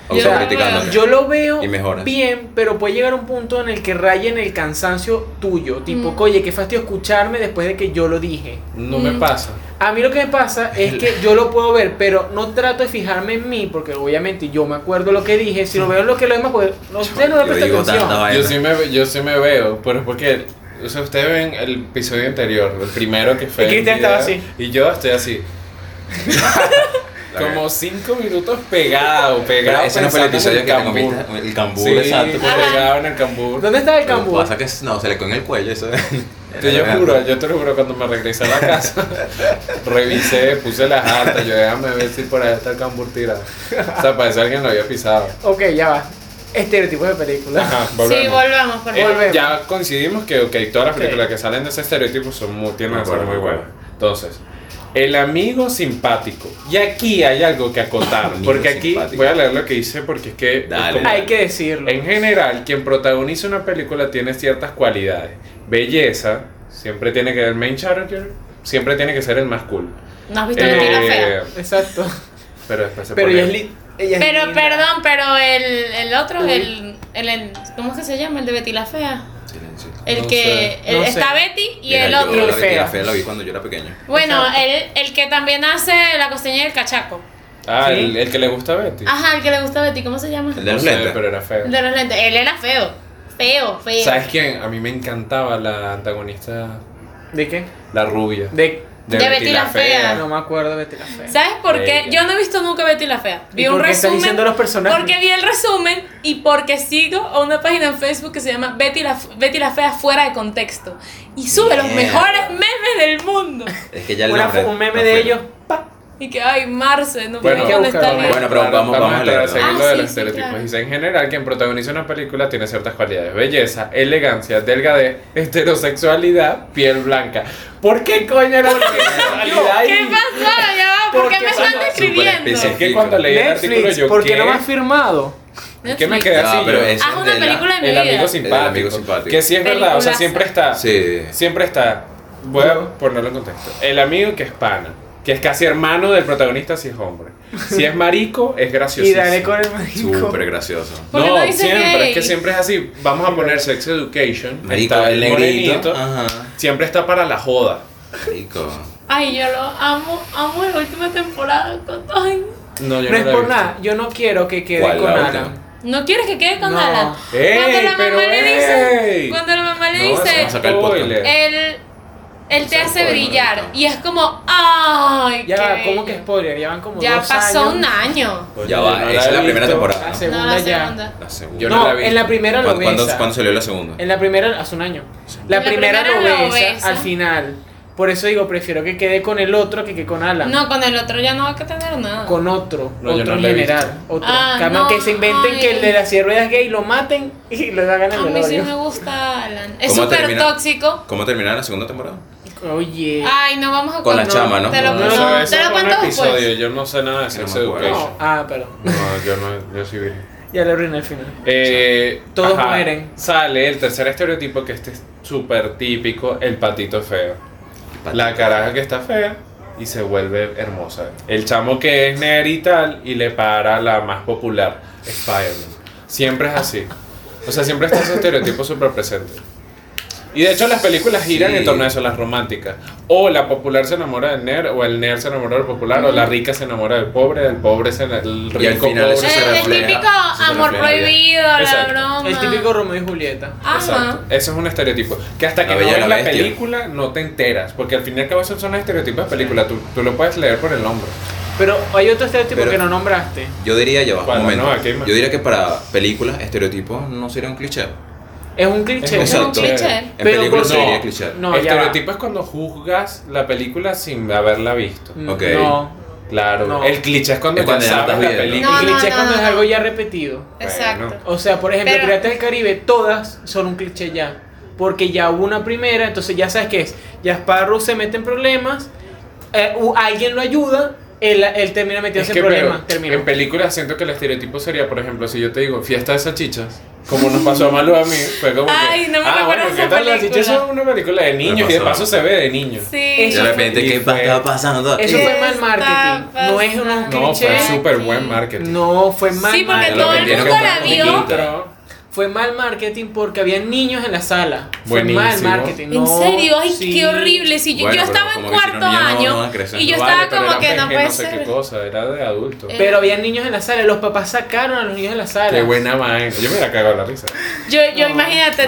B: O
D: Yo
B: sea,
D: la-
B: criticándote.
A: Yo lo veo
B: Y mejoras.
A: bien, pero puede llegar un punto en el que raye en el cansancio tuyo. Tipo,
D: Mm.
A: oye, qué fastidio escucharme después de que yo lo dije.
C: No me
D: Mm.
C: pasa.
A: A mí lo que me pasa es que yo lo puedo ver, pero no trato de fijarme en mí, porque obviamente yo me acuerdo lo que dije. Si lo veo en lo que lo demás, pues no sé, no le
B: Yo
A: presto
B: digo tanta
A: atención.
B: vaina.
C: Yo sí me, yo sí me veo, pero es porque. O sea, ustedes ven el episodio anterior, el primero que fue.
A: Y Cristian
C: el
A: estaba
C: video,
A: así.
C: Y yo estoy así. Como cinco minutos pegado,
B: Pero
C: pegado.
B: ese no fue el episodio
C: pensando en
B: que te
C: cambur.
B: comiste. El cambur,
C: Sí,
B: exacto. pues.
D: Ah,
C: pegado en el cambur.
A: ¿Dónde estaba el
B: Lo que
A: cambur?
B: pasa que no, se le coge en el cuello eso.
C: Te yo juro, yo te lo juro, cuando me regresé a la casa, revisé, puse las altas, yo déjame ver si por ahí está el cambur tirado. O sea, parece que alguien lo había pisado.
A: Ok, ya va. Estereotipo de película.
C: Ajá,
D: Sí,
C: volvemos.
D: volvamos, por
C: Eh,
D: favor.
A: volvemos.
C: ya coincidimos que ok, todas las
A: Ok.
C: películas que salen de ese estereotipo son muy, tienen que ser
B: Bueno,
C: muy
B: bueno.
C: buenas. Entonces, El amigo simpático. Y aquí hay algo que acotar.
B: Amigo
C: Porque aquí
B: simpático.
C: voy a leer lo que dice porque es que... es
B: Dale.
C: como-
A: Hay que decirlo.
C: En general, quien protagoniza una película tiene ciertas cualidades. Belleza, siempre tiene que ser el main character, siempre tiene que ser el más cool.
D: No has visto
C: Eh,
D: mentira fea.
A: Exacto.
C: Pero después se
A: Pero
C: pone-
A: ella es li- ella es
D: Pero
C: eh,
A: linda.
D: perdón, pero el, el otro,
A: Uy.
D: el, el, el- ¿Cómo es que se llama? El de Betty la Fea.
B: Silencio.
D: El
C: No
D: que.
A: sé.
D: el-
A: No
D: está
A: sé.
D: Betty y
B: Mira,
D: el
B: yo
D: otro.
B: la
A: Y
B: vi-
A: fea.
B: la fea la vi cuando yo era pequeño.
D: Bueno,
A: Exacto.
D: el, el que también hace la costeña y el cachaco.
C: Ah,
A: ¿Sí?
C: el, el que le gusta a Betty.
D: Ajá, el que le gusta a Betty, ¿cómo se llama?
B: El
C: No
B: de los
C: sé,
B: lentes.
C: pero era feo.
D: El de los lentes. Él era feo. Feo, feo.
C: ¿Sabes quién? A mí me encantaba la antagonista,
A: ¿De qué?
C: la rubia.
A: De.
D: De Betty la Fea.
B: Eh.
A: No me acuerdo, vete la fe.
D: ¿Sabes por qué?
C: Ella.
D: Yo no he visto nunca Betty la Fea. Vi
A: ¿Y
D: un
A: por qué estás
D: resumen.
A: diciendo los personajes?
D: Porque vi el resumen y porque sigo a una página en Facebook que se llama Betty la, Betty la Fea fuera de contexto. Y sube los
B: Mierda.
D: mejores memes del mundo.
B: Es que ya el
A: Una
B: nombre
A: fo- un meme
B: no
A: de
B: fue.
A: ellos. pa.
D: Y que, ay, Marce, no
C: Bueno,
D: bueno, dónde está
A: buscaron.
D: el-
B: Bueno, pero vamos- vamos a
C: esperar
B: leerlo.
C: seguir
D: Ah,
C: lo de
D: sí,
C: los
D: sí,
C: estereotipos.
D: claro.
C: Dice, en general, quien protagoniza una película tiene ciertas cualidades. Belleza, elegancia, delgadez, heterosexualidad, piel blanca. ¿Por qué coño era la heterosexualidad?
D: ¿Qué pasó? Ya va, ¿por
A: ¿Por
D: qué
A: qué
D: me
A: son
D: están describiendo?
B: superespecies?
C: Es que cuando leí el artículo
A: Netflix,
C: yo
A: ¿por qué no me has
C: más
A: firmado?
C: ¿Qué me
D: Netflix.
C: quedé así?
B: No, pero
C: yo?
B: es-
D: Haz una
B: de la-
D: película de mi
C: el amigo
D: vida.
C: simpático.
B: amigo simpático.
C: Que sí es verdad, o sea,
D: Peliculaza.
C: siempre está.
B: Sí.
C: Siempre está. Voy a ponerlo en contexto. El amigo que es pana, que es casi hermano del protagonista si es hombre. Si es marico, es gracioso.
A: Y dale con el marico.
B: Súper gracioso.
D: ¿Por qué
C: No,
D: no dice
C: siempre,
D: gay?
C: es que siempre es así. Vamos a poner Sex Education.
B: Marico,
C: está
B: el negrito.
C: morenito,
B: Ajá.
C: Siempre está para la joda.
B: Marico.
D: Ay, yo lo amo, amo la última temporada. con- Ay.
C: yo
A: No es
C: la he
A: por
C: visto.
A: nada, yo no quiero que quede
B: ¿Cuál,
A: con
B: la
A: Alan.
D: ¿No quieres que quede con
A: No.
D: Alan?
C: Ey,
D: cuando la mamá
C: pero
D: le dice,
C: ey.
D: cuando la mamá le
C: No, eso
D: dice, Eh,
B: Vamos a sacar el podcast.
C: Spoiler.
D: él, él
B: Eso
D: te hace
B: es spoiler,
D: brillar
B: ¿no?
D: y es como, ay,
A: Ya
D: qué
A: va, ¿cómo
D: bello".
A: que spoiler? Ya van como
D: Ya
A: dos
D: pasó
A: años.
D: un año.
C: Coño,
B: Pues Ya
C: yo
B: va,
C: no
B: esa
C: la he
B: es la primera
C: visto.
B: temporada.
A: La
B: ¿no?
A: segunda
D: No, la
A: ya.
D: segunda.
B: La segunda.
C: Yo no
A: no,
C: la vi.
A: en la primera lo
B: ¿Cuándo, cuándo-
A: besa.
B: cuándo salió la segunda?
A: En la primera, hace un año. La,
D: La
A: primera,
D: primera
A: lo
D: lo
A: besa
D: besa.
A: al final. Por eso digo, prefiero que quede con el otro que que con Alan.
D: No, con el otro ya no va a tener nada.
A: Con otro,
C: No, yo
A: otro
C: no
A: en
C: la he
A: general. Otro.
D: Ah,
A: Carmen,
D: no,
A: que se inventen
D: ay.
A: que el de la sierra es gay, lo maten y le hagan
D: a
A: el
D: mí sí
A: velorio.
D: me gusta Alan. Es
B: ¿Cómo
D: súper
B: termina?
D: tóxico.
B: ¿Cómo terminará la segunda temporada?
A: Oye.
D: Ay, no vamos a
B: Con la
D: no,
B: chama, ¿no?
D: Te lo,
B: No,
C: No,
D: no,
C: eso- eso
D: te lo
C: fue un
D: cuento
C: episodio.
D: después.
C: Yo no sé nada de Sex
B: me acuerdo.
C: Education.
A: No, ah, perdón.
C: No, yo no, yo sí vi.
A: Ya le arruiné el final.
C: Eh,
A: Todos mueren.
C: Sale el tercer estereotipo que este es súper típico, el patito feo. La caraja que está fea y se vuelve hermosa. El chamo que es negra y tal y le para la más popular, Spider-Man. Siempre es así. O sea, siempre está ese estereotipo súper presente. Y de hecho las películas giran
B: Sí.
C: en torno a eso, las románticas. O la popular se enamora del nerd, o el nerd se enamora del popular, o la rica se enamora del pobre, el pobre se enamora del rico.
B: Y al final eso
C: pobre.
B: se
D: El, el
B: refleja,
D: típico
B: eso se
D: amor
B: refleja bien.
D: prohibido, la
C: Exacto.
D: broma.
A: El típico Romeo y Julieta.
D: Ajá.
C: Exacto. Eso es un estereotipo. Que hasta que
B: La
C: no
B: Bella y
C: ves
B: la
C: la
B: Bestia.
C: película no te enteras. Porque al fin y al cabo esos son estereotipos de película. Tú, tú lo puedes leer por el nombre.
A: Pero hay otro estereotipo
B: Pero-
A: que no nombraste.
B: Yo diría, ya va, un
C: Bueno,
B: momento.
C: no, aquí hay más.
B: Yo diría que para películas, estereotipos no sería un cliché. En
A: Es un cliché.
C: Es
D: Es un
B: Exacto.
D: cliché.
A: Pero
B: películas
A: porque-
B: no sería cliché.
A: No, ya
C: estereotipo es cuando juzgas la película sin haberla visto.
A: Mm,
B: Ok.
A: No.
C: Claro.
A: No.
C: El cliché es cuando
B: Es
C: ya
B: cuando ya
C: sabes
B: estás
C: la
B: viendo.
A: El
C: película.
D: No, no,
A: cliché es
D: no,
A: cuando
D: no,
A: es algo
D: no.
A: ya repetido.
D: Exacto.
C: Bueno.
A: O sea, por ejemplo,
D: Pero-
A: Piratas del Caribe, todas son un cliché ya. Porque ya hubo una primera, entonces ya sabes qué es. Ya Sparrow se mete en problemas, eh, u- alguien lo ayuda, él, él termina
C: Es
A: metiéndose
C: que
A: en problemas.
C: pero,
A: termina.
C: en películas siento que el estereotipo sería, por ejemplo, si yo te digo fiesta de salchichas, como nos pasó a Malu a mí, fue como que,
D: Ay, no me
C: ah,
D: recuerdo
C: bueno,
D: esa
C: ¿qué tal? Las
D: película.
C: salchichas son una película de niños y de
B: pasó.
C: paso se ve de niños.
D: Sí.
A: Eso
B: De repente,
C: fue-
B: ¿qué pa- está pasando?
A: Eso
B: Eh,
A: fue mal marketing.
D: Está
A: No es un
D: pasando.
C: No, fue
A: cliché.
C: súper buen marketing.
A: No, fue mal
D: Sí, porque
B: lo
A: marketing.
D: todo el
B: vendieron
D: mundo
B: como
D: la vio.
B: comiquita.
A: Fue mal marketing porque había niños en la sala. Fue mal
C: Buenísimo.
A: marketing.
D: en
A: no,
D: serio, ay,
A: sí.
D: qué horrible. Si yo,
B: Bueno,
D: yo
B: pero
D: estaba en
B: como que si los
D: cuarto
B: niños no-
D: año
B: no van creciendo.
D: y yo
C: Vale,
D: estaba
C: pero
D: como
C: era
D: que no
C: PG,
D: puede
C: sé
D: ser.
C: qué cosa, era de adulto.
D: Eh,
A: Pero había niños en la sala. Los papás sacaron a los niños de la sala.
C: Qué buena vaina. Yo me la cago a la risa.
D: Yo, yo
A: No.
D: imagínate,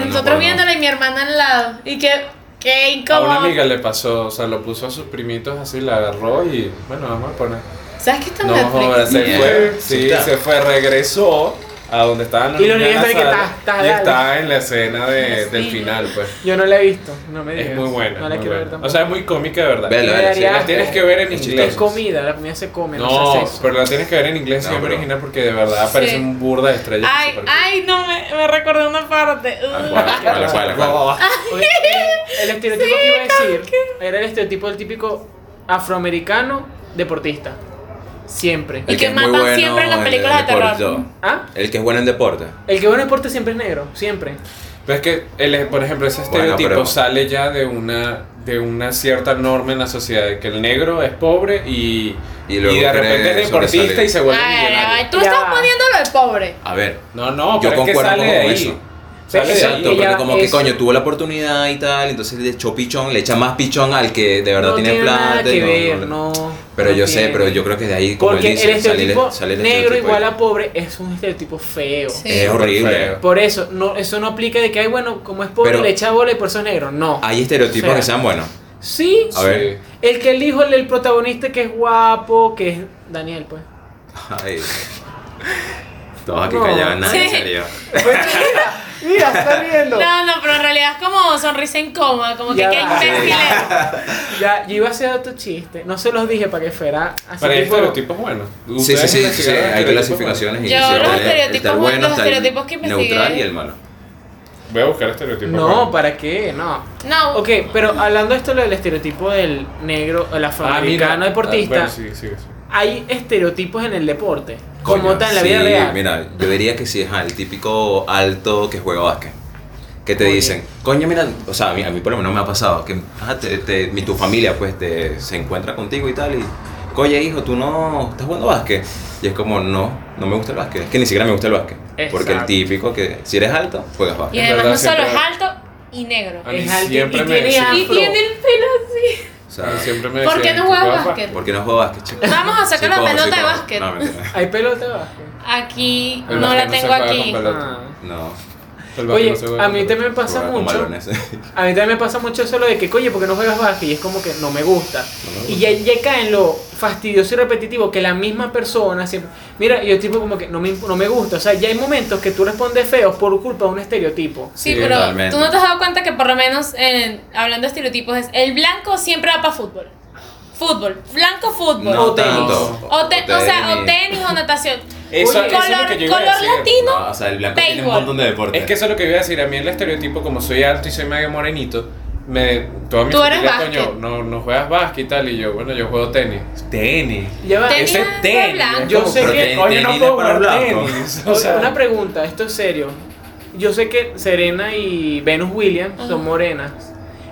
B: No, no,
D: nosotros
B: bueno.
D: viéndola y mi hermana al lado. Y que, qué
C: A una
D: incómodo.
C: amiga le pasó, o sea, lo puso a sus primitos así, la agarró y bueno, vamos a poner.
D: ¿Sabes qué está en
C: No, joder,
D: Netflix?
C: se
B: Mierda.
C: fue. Sí,
B: Está.
C: se fue, regresó a donde estaban los
A: Y los
C: niños. en
A: niños
C: la
A: están que
C: sala,
A: ta, ta,
C: y
A: dale.
C: está en la escena de- del final, pues.
A: Yo no la he visto. No me digas.
C: Es muy buena.
A: No la
C: muy
A: quiero ver
C: buena.
A: tampoco.
C: O sea, es muy cómica de verdad.
B: Vela, vela,
A: Me
B: sí.
A: daría-
C: La tienes que ver en
B: Es
C: inglés.
A: es comida, la comida se come. No, se
C: No,
A: hace eso.
C: pero la tienes que ver en inglés
B: No,
C: siempre
B: pero-
C: original porque de verdad aparece
D: Sí.
C: un burda de estrellas.
D: Ay, ah,
C: supercool.
D: ay, no, me, me recordé una parte. Uh.
B: Ah, ¿cuál? ¿Cuál? ¿Cuál?
C: Ah.
B: ¿Cuál?
A: Oye, El estereotipo que iba a decir era el estereotipo del típico afroamericano deportista. Siempre.
D: Y
B: El
D: que
B: es muy
D: matan siempre en las películas de
B: deporte,
D: terror.
B: yo.
A: ¿Ah?
B: El que es bueno en deporte.
A: El que va en deporte siempre es negro, siempre.
C: Pero es que, el, por ejemplo, ese
B: Bueno,
C: estereotipo
B: pero-
C: sale ya de una, de una cierta norma en la sociedad, de que el negro es pobre y,
B: Y luego
C: de
B: quiere
C: repente es deportista
B: sobresalir.
C: y se vuelve
D: Ay, ay,
C: millonario.
D: tú
A: Ya.
D: estás poniéndolo de pobre.
B: A ver,
C: No, no,
B: Yo
C: pero es que
B: concuerdo un
C: sale de
B: poco
C: ahí.
B: con eso.
C: Sale de
A: Exacto.
B: Exacto,
C: ahí.
A: ella
B: porque como que
A: es-
B: coño, tuvo la oportunidad y tal, entonces le echó pichón, le echa más pichón al que de verdad
A: no
B: tiene,
A: tiene
B: plata.
A: nada
B: y
A: que
B: no-
A: ver,
B: no-
A: no.
B: Pero
A: no
B: yo sé,
A: tiene.
B: pero yo creo que de ahí, como él
A: Porque
B: dice,
A: el estereotipo
B: sale el
A: negro
B: estereotipo
A: igual
B: ahí.
A: a pobre es un estereotipo feo.
D: Sí.
B: Es horrible.
C: Feo.
A: Por eso, no, eso no aplica de que, ay, bueno, como es pobre,
B: Pero-
A: le echa bola y por eso es negro. No.
B: Hay estereotipos
A: Feo.
B: que sean buenos.
A: Sí.
B: A ver.
A: El que elijo el, el protagonista que es guapo, que es Daniel, pues.
B: Ay. Todos aquí
A: No.
B: callaban, nadie
D: Sí.
B: salió.
A: mira, mira, está riendo.
D: No, no, pero en realidad es como sonrisa en coma, como que
A: Ya
D: qué
A: va.
D: imbécil es.
A: Ya, yo iba a hacer otro chiste. No se los dije para que fuera así.
C: Pero hay
A: tipo-
C: estereotipos buenos.
B: Sí, sí,
C: Ustedes
B: sí, sí,
C: investigaron
B: hay
C: estereotipos
B: clasificaciones y
D: Yo,
B: se
D: los
B: pone
D: estereotipos
B: está el
D: buenos,
B: bueno,
D: los
B: está el
D: estereotipos que investigué.
B: neutral y el malo.
C: buenos. Voy a buscar estereotipos
A: No, ¿para qué? No.
D: No,
A: Ok, pero hablando de esto lo del estereotipo del negro, el
C: Ah, mira.
A: afroamericano deportista,
C: Ah, bueno, sí, sí, sí.
A: hay estereotipos en el deporte, como
B: Coño,
A: tal en la
B: sí,
A: vida real.
B: Mira, yo diría que sí, ajá, el típico alto que juega básquet. Que te
A: Oye.
B: dicen, coño, mira, o sea, a mí, a mí por lo menos me ha pasado que ajá, te- te- mi- tu familia pues te, se encuentra contigo y tal, y, oye, hijo, tú no estás jugando básquet. Y es como, no, no me gusta el básquet, es que ni siquiera me gusta el básquet. Porque el
A: Exacto.
B: típico que, si eres alto, juegas
D: y
B: básquet.
C: en
D: además
C: verdad
D: no solo
C: siempre-
D: es alto y negro.
C: A mí
A: Es alto
C: siempre
A: y
C: me
A: tiene
C: decían-
A: afro.
D: Y tiene el pelo así.
B: O
C: A mí
B: sea,
C: siempre me
D: ¿Por qué
C: decían
D: no
C: que
D: juegas
C: jugaba
D: básquet?
B: ¿por qué no juego básquet, chico?
D: Vamos a sacar
B: Sí
D: la
B: juego,
D: pelota
B: sí
D: de
B: juego.
D: básquet.
B: No, mentira.
A: Hay pelota de básquet.
D: Aquí
C: El
D: no la
C: básquet no
D: tengo
C: se juega
D: aquí.
C: con pelota.
A: Ah.
B: No,
C: El
A: Oye,
C: básquet no se juega
A: a
C: con
A: mí
C: pelota.
A: también me pasa
B: juega con
A: mucho.
B: balones.
A: A mí también me pasa mucho eso lo de que, coño, porque no juegas básquet? Y es como que no me gusta.
B: me gusta.
A: Y ya, ya cae en lo fastidioso y repetitivo que la misma persona siempre. Mira, y yo tipo como que no me, imp- no me gusta. O sea, ya hay momentos que tú respondes feos por culpa de un estereotipo.
D: Sí,
B: Sí,
D: pero
B: totalmente.
D: tú no te has dado cuenta que por lo menos en- hablando de estereotipos es el blanco siempre va para fútbol. Fútbol, blanco fútbol.
B: No
A: O tenis.
B: tanto.
D: O, te- o sea, o
B: tenis.
D: tenis o natación.
C: Eso,
A: Oye,
C: eso es lo
D: color
C: que yo iba a
D: color
C: decir.
D: latino.
B: No, Ah, o sea, el blanco tiene un
D: Béisbol.
B: montón de deportes.
C: Es que eso es lo que iba a decir. A mí el estereotipo, como soy alto y soy medio morenito, me, toda mi
D: Tú eres
C: familia,
D: básquet.
C: coño, no, no juegas básquet y tal. Y yo, bueno, yo juego tenis.
A: Ah,
C: Tenis.
A: Ya va.
D: Tenis
C: Ese
D: de
C: tenis,
D: blanco.
A: Yo
B: como,
A: sé
B: pero
A: que-
B: ten-
C: Oye, no
B: tenis de
C: puedo
B: para
C: jugar
B: blanco.
C: tenis. O sea,
A: una pregunta, esto es serio. Yo sé que Serena y Venus Williams
D: Ajá.
A: son morenas,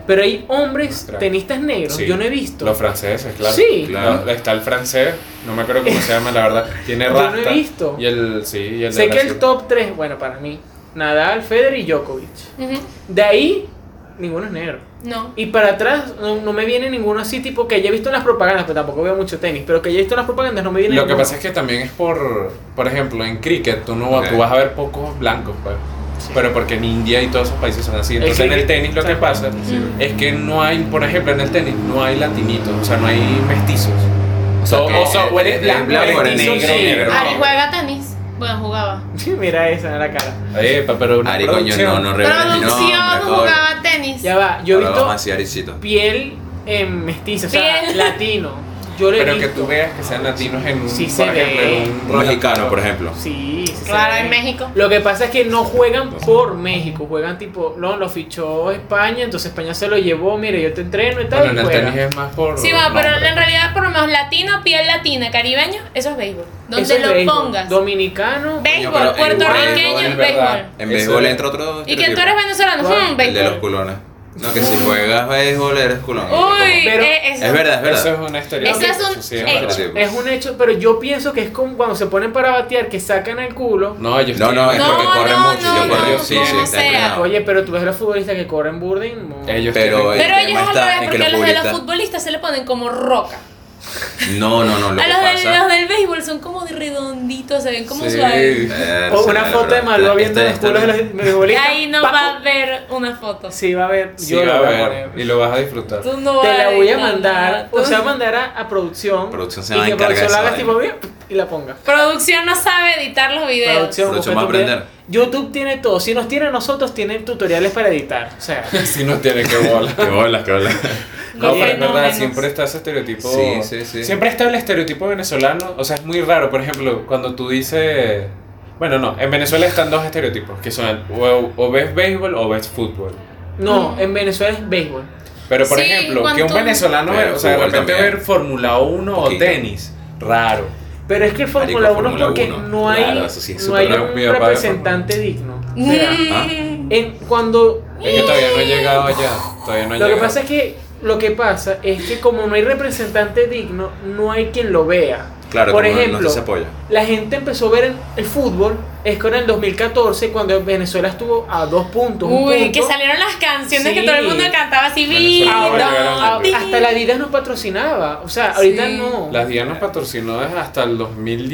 A: pero hay hombres
C: Ostras.
A: tenistas negros,
C: Sí.
A: yo no he visto.
C: Los franceses, claro.
A: Sí.
C: Claro, Está el francés, no me acuerdo cómo se llama, la verdad. Tiene
A: Yo no he
C: rasta.
A: visto.
C: Y el, sí, y el de
A: sé que el
C: Brasil.
A: top 3, bueno, para mí, Nadal, Federer y Djokovic.
D: Ujú,
A: De ahí, ninguno es negro.
D: No.
A: Y para atrás no, no me viene ninguno así, tipo que haya visto en las propagandas, pero tampoco veo mucho tenis, pero que haya visto en las propagandas no me viene
C: Lo que
A: ninguno.
C: pasa es que también es por, por ejemplo, en cricket tú, no,
B: Ok.
C: tú vas a ver pocos blancos, pues. Pero porque en India y todos esos países son así.
A: El
C: Entonces en el
A: cricket,
C: tenis lo que
A: tal
C: pasa es que no hay, por ejemplo, en el tenis no hay latinitos, o sea, no hay mestizos. O,
B: sea, que-
C: o sea, o eres
B: eres
C: blanco,
B: blanco,
C: eres
B: eres
C: negro,
B: negro.
C: negro.
B: Ah,
D: Ari juega tenis. Bueno, jugaba.
A: Mira esa en la cara.
C: Epa, pero una
B: Ari, coño,
C: producción.
B: no, no reveles mi
D: Producción
B: nombre, coño.
D: jugaba tenis.
A: Ya va, yo he
B: Ahora
A: visto
B: vamos a decir Aricito.
A: piel eh, mestiza, o sea,
D: Piel.
A: latino. Yo lo he
C: Pero que
A: visto.
C: tú veas que sean latinos en un,
A: Sí
C: por
A: se
C: ejemplo,
A: ve.
C: en un
B: Un mexicano, por ejemplo.
A: Sí, sí.
D: Claro,
A: sí.
D: en México.
A: Lo que pasa es que no juegan por México, juegan tipo, no, lo fichó España, entonces España se lo llevó, mire, yo te entreno y tal,
C: Bueno, en
A: y
C: el
A: juega.
C: tenis es más por.
D: Sí, bueno, pero
C: nombre.
D: en realidad por lo menos latino, piel latina, caribeño, eso es béisbol. Donde
A: Eso es
D: lo
A: béisbol.
D: pongas.
A: Dominicano.
B: Coño,
D: Béisbol,
B: pero en
D: puertorriqueño,
C: béisbol, es
D: béisbol.
C: verdad.
B: En
C: Eso
B: béisbol
C: es.
B: entra otro.
D: Y
B: otro
D: que tú
B: tipo.
D: eres venezolano,
A: ¿Cuál?
D: hmm,
B: El de los
D: béisbol.
B: culones. No, que si juegas béisbol eres culón.
D: Uy,
A: Pero-
D: eh,
B: Es
D: eso-
B: verdad, es
C: Eso es
B: verdad.
C: un estereotipo.
D: Eso es un
C: sí, es verdad.
D: hecho.
A: Es un hecho, pero yo pienso que es como cuando se ponen para batear, que sacan el culo.
C: No, yo
B: No,
C: estoy-
B: no, es
D: No,
B: porque corren
D: no,
B: mucho.
D: no,
B: Yo corrí,
C: no,
B: sí,
C: no,
B: sí,
C: no
B: está
D: sea.
B: entrenado.
A: Oye, pero tú ves los futbolistas que corren burda y no.
C: Ellos
B: Pero
C: tienen-
B: el
D: Pero ellos
B: tema
D: es al
B: está
D: revés,
B: en que
D: porque a los de los
B: futbolistas-
D: futbolistas se le ponen como roca.
B: No, no, no, lo
D: a
B: que
D: los, de- los
A: Oh,
B: pasa.
D: del béisbol son como de redonditos, se ven como
C: Sí.
D: suaves.
B: Eh,
A: O
B: sí,
A: una
B: la
A: foto de
B: verdad.
A: Malú viendo
B: Este-
A: los
B: este-
A: culos de los de los futbolistas.
D: Ahí no
A: ¡Pam!
D: va a haber una foto.
A: Sí, va a ver.
C: Sí,
A: yo
C: va
A: lo
C: a
A: voy a
C: ver.
A: poner.
C: Y lo vas a disfrutar.
D: Tú no
A: Te la
D: vas
A: voy a
D: nada.
A: mandar,
D: Tú-
A: o sea, mandar a, a producción.
B: Producción se
A: y
B: va a
A: que
B: encargar de
A: producción la
B: esa
A: haga tipo y la ponga.
D: Producción no sabe editar los videos.
A: Producción,
B: Producción va a
A: busca tutorial.
B: aprender.
A: YouTube tiene todo. Si nos tiene a nosotros, tiene tutoriales para editar. O sea,
C: Si no tiene que bola.
B: Qué bolas, qué bolas.
C: No, pero es verdad,
D: Fenómenos.
C: siempre está ese estereotipo.
B: Sí, sí, sí.
C: Siempre está el estereotipo venezolano. O sea, es muy raro. Por ejemplo, cuando tú dices. Bueno, no, en Venezuela están dos estereotipos, que son el- o, o ves béisbol o ves fútbol.
A: no, en Venezuela es béisbol.
C: Pero por
D: Sí,
C: ejemplo, que un
D: ¿cuánto?
C: venezolano,
B: Pero
C: o sea, de
B: fútbol
C: repente
B: también.
C: ver Fórmula 1 o
B: Poquito.
C: tenis, raro.
A: Pero es que el
B: Marico,
A: Fórmula 1
B: Fórmula
A: porque
B: 1,
A: no hay,
B: claro, eso sí es
A: no hay
C: súper
A: un
C: mi papá de
A: representante digno. Mira,
B: Ah.
D: Mm.
A: en, cuando
C: Es que todavía no he llegado allá. Todavía no he
A: Lo que
C: llegado.
A: pasa es que lo que pasa es que como no hay representante digno, no hay quien lo vea.
B: Claro,
A: Por
B: como no- no
A: ejemplo,
B: se apoya.
A: la gente empezó a ver el, el fútbol es con el 2014 cuando Venezuela estuvo a dos puntos. un
D: Uy,
A: punto.
D: que salieron las canciones que
A: Sí.
D: todo el mundo cantaba así,
B: Venezuela.
D: "Viva,
A: Ahora,
C: ahora,
D: viva".
A: Hasta la Adidas nos patrocinaba, o sea, ahorita
D: Sí.
A: no.
C: Las Díaz nos patrocinó desde hasta el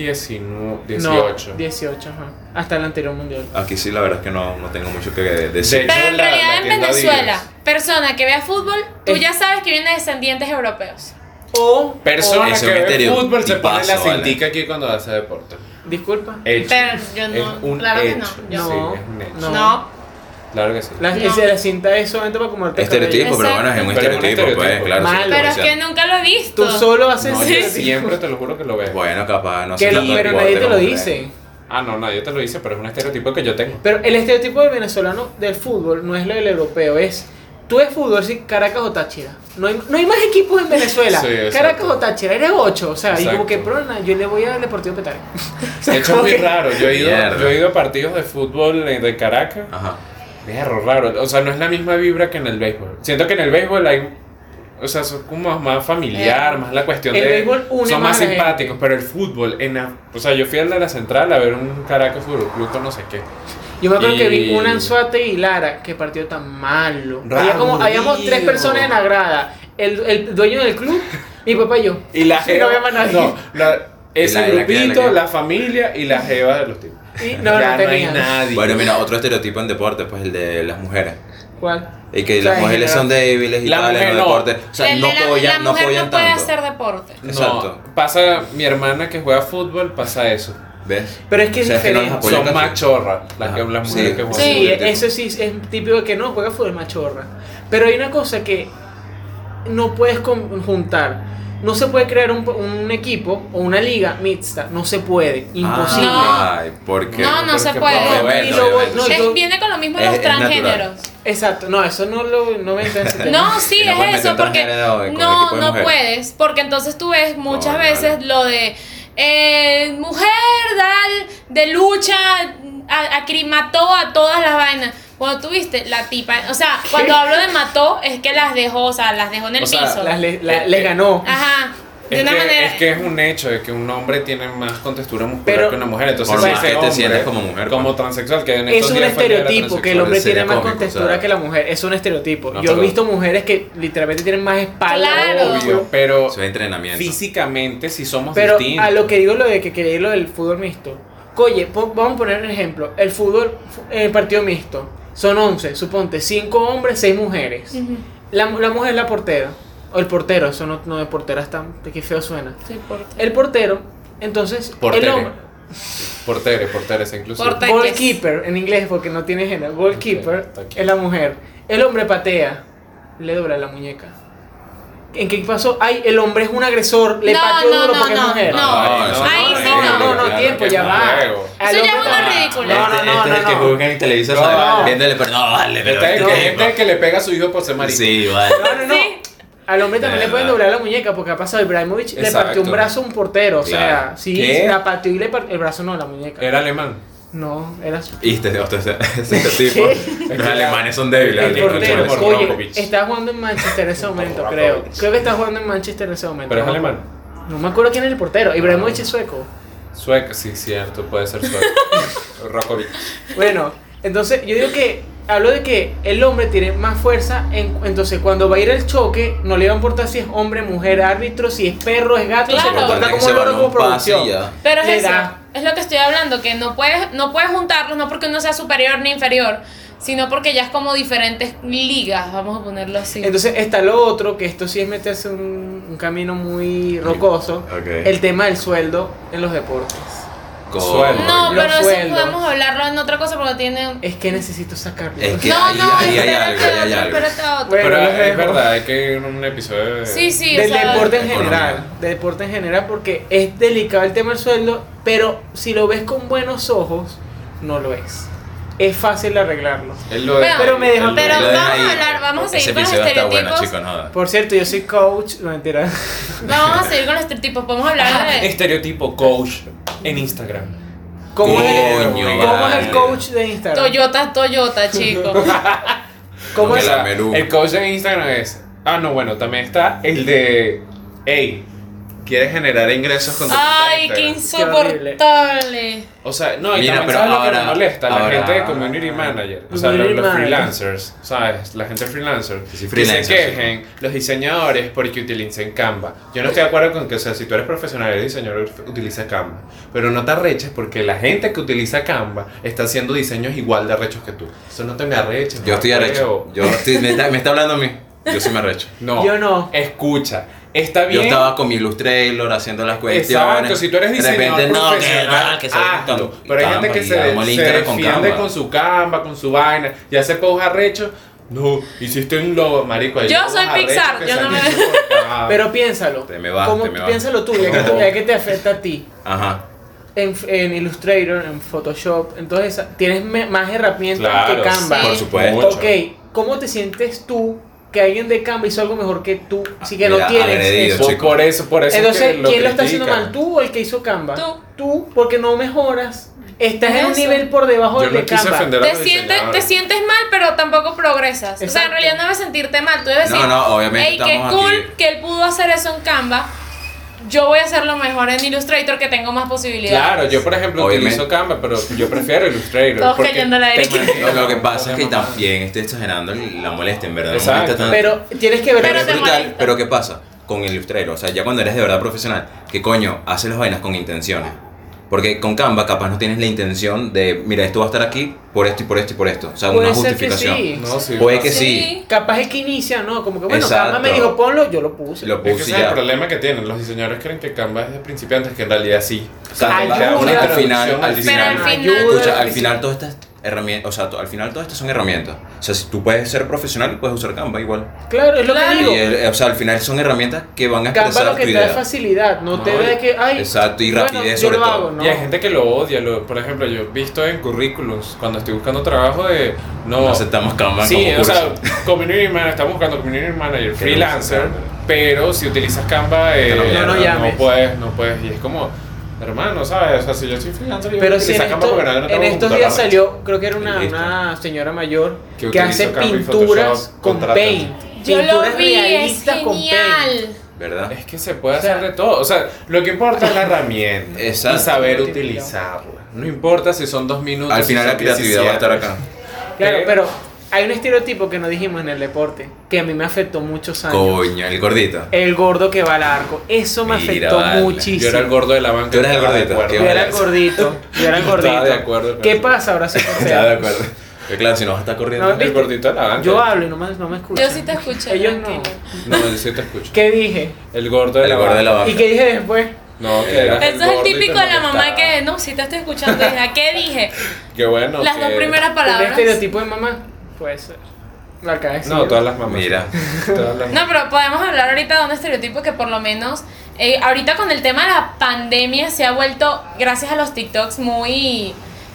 C: 2018.
A: No, 18, ajá. Hasta el anterior mundial.
B: Aquí sí, la verdad es que no, no tengo mucho que de- decir.
C: hecho,
D: Pero en
C: la-
D: realidad
C: la
D: en
C: tienda
D: Venezuela,
C: Adidas.
D: persona que vea fútbol, tú
A: Es-
D: ya sabes que viene de descendientes europeos.
A: O,
C: Persona
B: Ese
C: que ve
B: misterio,
C: fútbol se pone
B: tipazo,
C: la
B: vale.
C: cintica aquí cuando hace deporte.
A: o- disculpa.
C: Hecho.
D: Pero yo no,
C: es un
D: claro que no,
C: hecho.
D: yo-
C: Sí,
A: No,
C: es un
A: no.
C: hecho.
D: No.
C: Claro que sí.
A: La,
D: No.
A: esa- la cinta es solamente para como
C: Este
B: Estereotipo, pero bueno, es un
C: Pero es un
B: estereotipo, pues,
C: estereotipo.
B: claro.
A: Malo.
B: sí,
A: Algo,
D: Pero es
B: comercial.
D: que nunca lo he visto.
A: Tú solo haces
B: No,
C: No,
B: Sí.
C: yo
A: estereotipos.
C: siempre te lo juro que lo veo.
B: Bueno, capaz, no
A: Que
B: sé.
A: lo-
B: tanto
A: pero
B: deporte
A: nadie te lo
B: como-
A: dice.
C: Ah, no, nadie te lo dice, pero es un estereotipo que yo tengo.
A: Pero el estereotipo del venezolano del fútbol no es lo del europeo, es tú eres fútbol si Caracas o Táchira. No hay, no hay más equipos en Venezuela.
C: Sí, exacto.
A: Caracas o Táchira, eres ocho. O sea, y como
C: Exacto.
A: que, pero na, yo le voy al Deportivo Petare.
C: De hecho, es muy raro. Yo he, ido,
B: Mierda.
C: yo he ido a partidos de fútbol eh, de Caracas.
B: Ajá.
C: Perro, raro. O sea, no es la misma vibra que en el béisbol. Siento que en el béisbol hay. O sea, son como más familiar,
D: Eh,
C: más la cuestión
A: el
C: de.
A: béisbol une
C: son
A: más
C: más
A: a la gente.
C: simpáticos, pero el fútbol. En la- o sea, yo fui al de la central a ver un Caracas Fútbol Club con no sé qué.
A: Yo me acuerdo que vi
C: Y-
A: un Anzuate y Lara, que partido tan malo.
C: Raro,
A: Había como, habíamos tres
C: tío.
A: personas en la grada. El, el dueño del club, mi papá y yo.
C: Y la
A: Y no había más nadie.
C: No, la- ese
B: la- la- la-
C: grupito,
B: la-
C: la, familia y la jeva de los tipos.
A: Y no,
C: ya
A: no
C: no hay
A: tenía.
C: nadie.
B: Bueno, mira, otro estereotipo en deporte, pues el de las mujeres.
A: ¿Cuál?
B: Y que
A: O sea,
B: las
A: en
B: mujeres son
A: general.
B: débiles y
C: La
B: tal en
C: mujer
B: los
C: no.
B: deportes. O sea,
D: El
B: no
D: de la, la
B: apoyan, no
D: mujer
B: apoyan
D: no puede
B: tanto.
D: hacer deporte.
B: Exacto.
C: No, pasa mi hermana que juega fútbol, pasa eso.
B: ¿Ves?
A: Pero es que
B: O
A: es
B: sea, es que no las
A: diferente.
B: apoyan
C: Son
B: Ah, pues casi.
C: machorras las,
B: Ajá.
C: que, las mujeres
B: Sí.
C: que juegan.
A: Sí,
B: Sí,
A: eso sí es típico que no juega fútbol machorra. Pero hay una cosa que no puedes conjuntar. No se puede crear un, un equipo o una liga mixta. No se puede.
B: Ah.
A: Imposible.
B: Ay, ¿por qué?
D: No, no se
C: Porque
D: puede.
B: No,
A: Y lo-
B: obviamente.
A: no,
D: Es-
A: yo-
D: viene con lo mismo
B: Es-
D: los
B: es natural.
D: transgéneros.
A: Exacto. No, eso no lo no me interesa ese tema.
D: No, sí,
B: Que no puedes
D: es eso,
B: meter
D: porque
B: transgénero con el
D: no,
B: equipo de
D: no
B: mujeres.
D: puedes, porque entonces tú ves muchas
B: Coño,
D: veces
B: vale.
D: lo de eh, mujer tal, de lucha, a- acrimató a todas las vainas. Cuando tú viste la tipa, o sea, cuando hablo de mató es que las dejó, o sea, las dejó en el
C: O sea,
D: piso.
A: Las le, la- le ganó.
D: Ajá, de
C: Es
D: una
C: que,
D: manera...
C: es que es un hecho de que un hombre tiene más contextura muscular
A: Pero-
C: que una mujer. Entonces,
B: Por
C: si
B: más
C: ese
B: que te
C: hombre,
B: sientas como mujer,
C: Como
B: pues.
C: transexual, que en
A: Es
C: estos
A: un
C: días fue el día de la
A: estereotipo que el
C: transexual.
A: hombre
B: sería
A: tiene más
B: cómico,
A: contextura
B: ¿sabes?
A: que la mujer. Es un estereotipo.
B: No,
A: Yo he
B: pero-
A: visto mujeres que literalmente tienen más espalda.
D: Claro.
A: obvio.
C: Obvio, pero
B: Eso es entrenamiento.
C: físicamente si somos
A: Pero
C: distintos.
A: a lo que digo lo de que quería ir lo del fútbol mixto. Oye, po- vamos a poner un ejemplo. El fútbol, fu- eh, partido mixto. Son 11, suponte, 5 hombres, 6 mujeres.
D: Ujú,
A: La, mu- la mujer es la portera. O el portero, eso no, no de portera tan... Qué feo suena.
D: sí, por-
A: El portero, entonces... El
C: Portere.
A: hombre,
C: Portere, portere es inclusive.
D: Porte-
A: goalkeeper, en inglés porque no tiene género. Goalkeeper
C: Ok, ok.
A: es la mujer. El hombre patea, le dobla la muñeca. ¿En qué pasó? Ay, el hombre es un agresor, le
D: No,
A: pateó
D: no,
A: duro
D: no,
A: porque es
D: no,
A: mujer.
D: no. Ahí sí
A: No,
D: no.
A: no, no,
B: claro,
A: tiempo,
B: que
A: ya
B: es
A: va.
B: más.
C: Eso
A: Al
D: ya es
A: hombre-
D: una ridícula.
A: No, no,
B: Este-
A: no,
B: este es el
A: no,
B: que
A: no.
B: juzga en televisión,
A: No.
B: ¿sabes? Viéndole, pero no, vale, pero
C: Este es el que,
B: este
C: este es el que le pega a su hijo por ser marido.
B: Sí, vale.
A: No, no, no.
D: Sí.
A: Al hombre también le pueden
B: Verdad.
A: doblar la muñeca porque ha pasado Ibrahimovic, le
C: Exacto.
A: partió un brazo a un portero. O sea,
B: Claro.
A: sí,
C: ¿Qué?
A: la partió y le partió el brazo, no, la muñeca.
C: Era alemán.
A: No, era su-
B: Y este, este, este- este tipo. Los alemanes son débiles.
A: el
C: El
B: alemanes
A: portero.
B: son
C: por
A: Oye,
C: Djokovic.
A: está jugando en Manchester en ese momento,
C: Por
A: creo.
C: Djokovic.
A: Creo que está jugando en Manchester en ese momento.
C: Pero es
A: No,
C: alemán.
A: No me acuerdo quién es el portero. Ibrahimovic es sueco.
C: Sueco, sí, cierto, puede ser sueco. Rokovic.
A: Bueno, entonces yo digo que hablo de que el hombre tiene más fuerza, en- entonces cuando va a ir al choque no le va a importar si es hombre, mujer, árbitro, si es perro, es gato,
D: Claro.
A: se le importa
B: Importante
A: como
B: que se
A: loro
B: van a
A: como
B: un pase y
A: producción.
B: ya.
D: Pero es
A: Le
D: eso,
A: da.
D: es lo que estoy hablando, que no puedes, no puedes juntarlos, no porque uno sea superior ni inferior, sino porque ya es como diferentes ligas, vamos a ponerlo así.
A: Entonces está lo otro, que esto sí es meterse un, un camino muy rocoso,
B: Ok.
A: el tema del sueldo en los deportes.
B: Con-
C: Sueldo.
D: no,
A: los
D: pero eso
A: sueldos.
D: podemos hablarlo en otra cosa porque tiene...
A: Es que necesito sacarlo.
B: Es que
D: no,
B: ahí-
D: no,
B: ahí hay algo, ahí
D: espérate
B: hay
D: otro,
B: algo.
D: espérate otro.
A: Bueno,
C: Pero eh,
A: los
C: es
A: dejo.
C: verdad, hay que ir en un episodio de...
D: Sí, sí, o
A: del
D: sea,
A: deporte en
B: Economía.
A: general, del deporte en general, porque es delicado el tema del sueldo, pero si lo ves con buenos ojos, no lo es. es fácil arreglarlo.
B: Él lo deja
A: Pero me
B: ahí,
A: dejó-
B: él lo
D: Pero
B: deja
D: vamos
B: ahí.
D: a hablar, vamos a
B: Ese
D: seguir con los
B: episodio está bueno,
D: estereotipos.
B: chicos, no jodas.
A: Por cierto, yo soy coach, no mentira.
D: Vamos a seguir con los estereotipos. Podemos hablar
C: Este
D: de.
C: Estereotipo coach en Instagram.
A: ¿Cómo, es, el,
B: Coño,
A: cómo es el
B: vale.
A: coach de Instagram?
D: Toyota, Toyota, chicos.
A: ¿Cómo
B: Que
A: es?
B: la Melú.
C: El coach en Instagram es. Ah, no, bueno, también está el de. Hey, ¿quieres generar ingresos con tu cuenta de
D: Ay, qué
C: Instagram?".
D: insoportable.
C: O sea, no, y
B: Mira,
C: también
B: pero
C: ¿sabes lo
B: ahora-
C: que me molesta? La
B: ahora-
C: gente de community manager, o sea,
A: Community
C: los, los
A: manager.
C: freelancers, ¿sabes? La gente freelancer.
B: Sí, sí,
C: que se
B: freelancers,
C: quejen los diseñadores porque utilicen Canva. Yo no estoy de acuerdo con que, o sea, si tú eres profesional y diseñador, utiliza Canva. Pero no te arreches porque la gente que utiliza Canva está haciendo diseños igual de arrechos que tú. Eso no te me arreches.
B: Yo estoy
C: no,
B: arrecho.
C: creo.
B: Yo estoy- me, está, me está hablando a mí. Yo sí me arrecho.
C: No.
A: Yo
B: Eh,
A: no.
C: Escucha. Está
B: Yo
C: bien.
B: estaba con mi Illustrator haciendo las cuestiones.
C: Exacto, si tú eres
B: Pues,
C: diseñador
B: De repente, no, que
C: profesional,
B: va, que se
C: hazlo. Pero hay gente que se, se defiende con, su Canva, con su vaina, y hace post arrecho. No, hiciste un logo, marico. hay
D: Yo
C: logos
D: soy
C: arrechos
D: Pixar,
C: que
D: yo
C: se
D: no
C: han
D: me-
C: hecho por Canva.
A: Pero piénsalo.
B: Te me vas,
A: ¿Cómo-
B: te me vas.
A: Piénsalo tú, ya que,
B: No.
A: ya que te afecta a ti.
B: Ajá.
A: En, en Illustrator, en Photoshop, entonces esa- tienes me- más herramientas
C: Claro,
A: que Canva.
D: Sí.
B: Por supuesto.
A: Ok, ¿cómo te sientes tú que alguien de Canva hizo algo mejor que tú? Así que no
B: Ah, Mira,
A: tienes
B: agredido,
A: eso.
C: Por,
B: chico.
C: por eso, por eso. es
A: Entonces,
C: que
A: ¿quién lo está haciendo
C: critican.
A: mal? ¿Tú o el que hizo Canva?
D: Tú.
A: Tú, porque no mejoras. Estás en un
D: Eso.
A: nivel por debajo
C: Yo
A: del de
C: no quise
A: Canva.
C: ofender a
D: Te
C: los
D: sientes, te
C: diseñadores.
D: sientes mal, pero tampoco progresas. O sea, en
A: Exacto.
D: realidad no debes sentirte mal. Tú debes
B: No,
D: decir,
B: no, obviamente
D: "Ey, qué
B: estamos
D: cool
B: aquí".
D: que él pudo hacer eso en Canva. Yo voy a hacerlo mejor en Illustrator que tengo más posibilidades.
C: Claro, yo por ejemplo
B: Obviamente.
C: utilizo Canva, pero yo prefiero Illustrator.
D: Todos
C: porque
D: cayendo la
C: te
D: Erika.
C: manejo-
B: No, lo que pasa es que
C: Mamá.
B: también estoy exagerando la molestia, en verdad. Molesta
C: Exacto.
B: tanto.
A: Pero tienes que ver
D: Pero
B: Pero,
D: te
B: es brutal,
D: molesta.
B: pero ¿qué pasa? Con el ilustrero, o sea, ya cuando eres de verdad profesional, que coño, haces las vainas con intenciones. Porque con Canva capaz no tienes la intención de, mira, esto va a estar aquí por esto y por esto y por esto. O sea,
A: Puede
B: una
A: ser que
B: justificación.
A: sí.
C: No, sí,
B: Puede
C: no.
B: que sí.
A: Capaz es que inicia, ¿no? Como que bueno,
B: Exacto.
A: Canva me dijo ponlo, yo lo puse.
B: Lo
C: Es que
B: puse
C: ese
B: y
C: es el
B: pues, ya.
C: problema que tienen. Los diseñadores creen que Canva es de principiantes, que en realidad sí.
A: Ayuda.
B: Canva, una- al final,
C: Pero
B: al
C: al
B: final,
D: final-
B: escucha,
A: Ayuda.
B: al final todas estas herramientas, o sea, to- al final todas estas son herramientas. O sea, si tú puedes ser profesional, puedes usar Canva igual.
A: Claro, es lo
D: Claro.
A: que
B: Y
A: digo.
B: el- o sea, al final son herramientas que van a
A: Canva
B: expresar
A: lo que
B: tu
A: te da es
B: idea.
A: facilidad, no te
C: No,
A: da que, ay,
B: exacto, y
A: bueno,
B: rapidez
A: yo
B: sobre
A: lo
B: todo.
A: hago, ¿no?
C: Y hay gente que lo odia. lo- por ejemplo, yo he visto en currículums, cuando estoy buscando trabajo de... No,
B: No aceptamos Canva
C: sí,
B: como
C: o
B: curso.
C: sea, community manager, estamos buscando community manager,
B: Que no
C: freelancer,
B: usa Canva.
C: pero si utilizas Canva, eh,
B: Que no
A: llames. No, no llames.
C: puedes, no puedes. Y es como, hermano, ¿sabes? O sea, si yo soy freelancer, yo voy a
A: Pero si en,
C: utilizar Canva
A: esto-
C: porque nadie no
A: en
C: tengo
A: estos
C: computadora.
A: días salió, creo que era una,
B: Listo.
A: una señora mayor
C: Que
A: que,
C: utiliza
A: hace
C: Canva y
A: pinturas
C: Photoshop,
A: con
C: contrata.
A: paint.
D: Yo lo
A: pinturas
D: vi, es
A: realistas con paint.
D: genial.
B: ¿Verdad?
C: Es que se puede
A: O sea,
C: hacer de todo. O sea, lo que importa es la herramienta
B: Exacto.
C: y saber utilizarla. No importa si son dos minutos.
B: Al
C: si
B: final
C: son
B: la creatividad
C: 17.
B: va a estar acá.
A: Claro,
C: Pero-
A: pero hay un estereotipo que nos dijimos en el deporte que a mí me afectó muchos años.
B: Coño, el gordito.
A: El gordo que va al arco. Eso me
B: Mira,
A: afectó
B: vale.
A: muchísimo.
C: Yo era el gordo de la banca.
B: Tú eras el
C: estaba de
B: gordito,
C: acuerdo.
B: qué
A: Yo era el
B: Yo
A: gordito. Yo era el
C: Estaba
A: gordito.
C: de acuerdo, pero-
A: ¿Qué pasa ahora sí
B: Está de acuerdo. Que claro, si no vas a estar corriendo.
A: No,
C: El gordito de la banca.
A: Yo hablo y no me, no me escuchan.
D: Yo sí te escuché.
A: Ellos no.
D: tranquilo.
C: No, yo sí te escucho.
A: ¿Qué dije?
C: El gordo de
B: el
C: la
B: gordo de la
A: ¿Y
B: banca.
A: qué dije después?
C: No, que era.
D: Eso es el
C: gordo y te
D: típico de la mamá
C: molestaba.
D: que, no, si te estoy escuchando, hija, ¿qué dije?
C: Qué bueno.
D: Las
C: que-
D: dos primeras
A: ¿Un
D: palabras.
A: este estereotipo de mamá? Puede ser. La cabeza.
C: No, todas las mamás.
B: Mira.
C: Todas las
D: No, pero podemos hablar ahorita de un estereotipo que por lo menos eh, ahorita con el tema de la pandemia se ha vuelto, gracias a los TikToks, muy,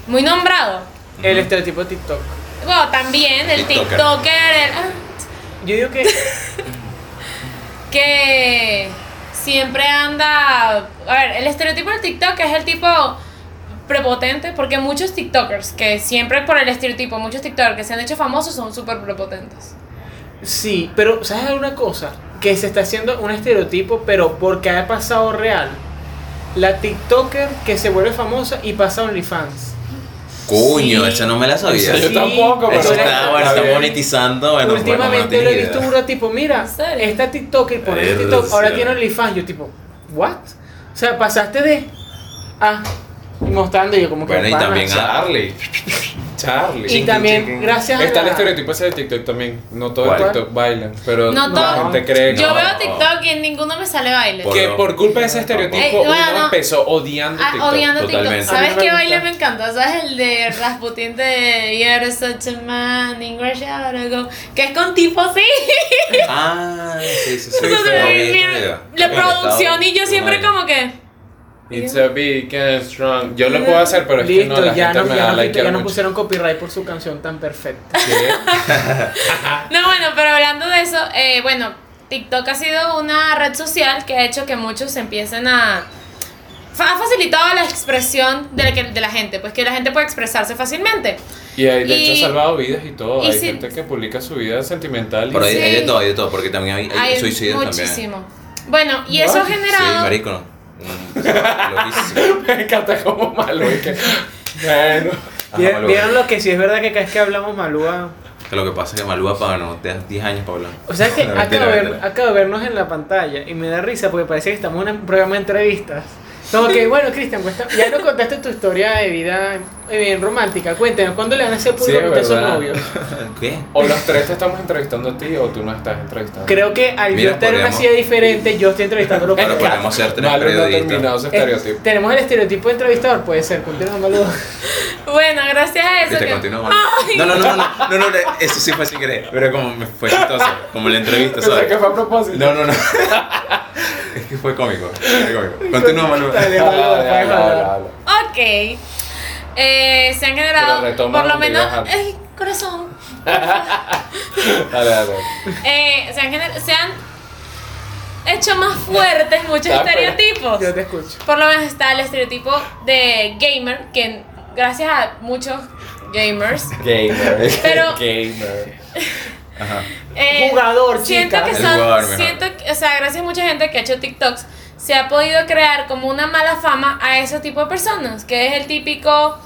D: muy nombrado.
A: El estereotipo de TikTok.
D: Bueno, también el
B: TikToker.
D: TikToker, el- ah,
A: Yo digo que.
D: que siempre anda... A ver, el estereotipo del TikTok es el tipo prepotente, porque muchos TikTokers, que siempre por el estereotipo, muchos TikTokers que se han hecho famosos son súper prepotentes.
A: Sí, pero ¿sabes alguna cosa? Que se está haciendo un estereotipo, pero porque ha pasado real. La TikToker que se vuelve famosa y pasa a OnlyFans.
B: Coño,
D: Sí.
B: esa no me la sabía.
C: Yo
A: Sí,
C: tampoco, pero
B: Eso
A: pero-
B: está, bueno, está
C: bien.
B: monetizando. Bueno,
A: Últimamente
B: bueno,
A: lo
B: no
A: he
B: tenía
A: visto
B: idea.
A: una tipo, mira,
D: ¿En serio?
A: esta TikToker por el TikTok ahora tiene OnlyFans. Yo tipo, ¿what? O sea, pasaste de a y mostrando y yo como que
B: Bueno, y
A: pana.
B: también a-
C: Charlie. Charlie.
A: y también gracias
C: Está
A: a
C: el
A: la-
C: estereotipo ese de TikTok también. No todo
B: ¿Cuál?
C: el TikTok bailan, pero
D: No
C: la
D: todo.
C: gente cree que.
D: Yo
B: No.
D: veo TikTok y en ninguno me sale baile.
B: Por-
C: que por culpa de ese estereotipo
D: Eh, bueno,
C: uno
D: no.
C: empezó odiando
D: Ah,
C: TikTok.
D: odiando TikTok.
B: totalmente.
A: A
D: ¿Sabes
A: mí me
D: qué
A: gusta.
D: baile me encanta? ¿Sabes el de Rasputin de You're such a man in Russia Arago? Que es con tipo así.
B: Ah, sí, sí, sí.
D: Eso se
B: fue
D: me
B: bien,
D: viene-
B: mira.
D: la
B: Conectado.
D: producción y yo siempre
B: Bueno.
D: como que.
C: It's a big and strong. Yo lo puedo hacer, pero es que no,
A: Listo,
C: la
A: ya
C: gente
A: nos
C: me
A: ya
C: da
A: nos-
C: like
A: ya nos pusieron copyright por su canción tan perfecta.
D: No, bueno, pero hablando de eso, eh, bueno, TikTok ha sido una red social que ha hecho que muchos empiecen a... fa- Ha facilitado la expresión de la, que- de la gente, pues que la gente puede expresarse fácilmente.
C: Y hay, de hecho,
D: Y-
C: ha salvado vidas y todo.
D: y
C: hay
D: si-
C: gente que publica su vida sentimental.
B: Pero
C: y
B: hay, hay de
D: Sí.
B: todo, hay de todo, porque también hay, hay
D: Hay
B: suicidios también.
D: muchísimo. Bueno, y eso ha
C: What?
B: Sí,
D: generado...
B: marico, no. Mm, loquísimo.
C: Me encanta como malo. es que- Bueno.
B: Ajá,
A: ¿Vieron
B: Maluma.
A: vieron lo que sí es verdad que cada vez que hablamos Malúa?
B: Que lo que pasa es que Malúa paga, no, te das 10 años para hablar.
A: O sea que
B: No,
A: acabo,
B: mentira,
A: de ver-
B: mentira.
A: acabo de vernos en la pantalla y me da risa porque parece que estamos en un programa de entrevistas. Como que, bueno, Cristian, pues, ya nos contaste tu historia de vida eh, bien romántica. Cuéntanos, ¿cuándo le van a hacer público
C: Sí,
A: que ustedes son
C: verdad.
A: novios?
B: ¿Qué?
C: O los tres te estamos entrevistando a ti o tú nos estás entrevistando.
A: Creo que al
B: Mira,
A: yo estar en una
B: podríamos-
A: silla diferente, yo estoy entrevistando lo que
B: Ahora podemos ser tres
C: Malo no ha terminado
B: periodistas.
C: ese estereotipo.
A: Tenemos el estereotipo de entrevistador, puede ser, continúa Malúa.
D: Bueno, gracias a eso...
B: Viste,
D: que-
B: continúa, Maluma.
D: Ay,
B: No, no, no, no, no, no, no, no, eso sí fue sin querer, pero como me fue chistoso, como la entrevista,
C: Pensé
B: ¿sabes?
C: que fue a propósito.
B: No, no, no. Es que fue cómico, fue cómico. Continúa, Malúa.
A: Dale,
C: Habla,
A: Malúa,
C: habla,
A: dale,
C: habla,
A: Malúa.
C: habla.
D: Ok. Eh, se han generado,
C: Pero retoma
D: por lo
C: donde
D: menos,
C: ibas antes.
D: ay, corazón,
C: Dale, dale.
D: Eh, se, han gener- se han hecho más fuertes muchos
C: Ah, pero-
D: estereotipos.
A: Yo te escucho.
D: Por lo menos está el estereotipo de gamer, que gracias a muchos gamers.
C: Gamer.
D: Pero-
C: Gamer.
B: Ajá.
D: eh,
A: Jugador,
D: siento
A: chica.
D: que
B: El
D: son,
B: jugador mejor.
D: siento que- o sea, gracias a mucha gente que ha hecho TikToks, se ha podido crear como una mala fama a ese tipo de personas, que es el típico.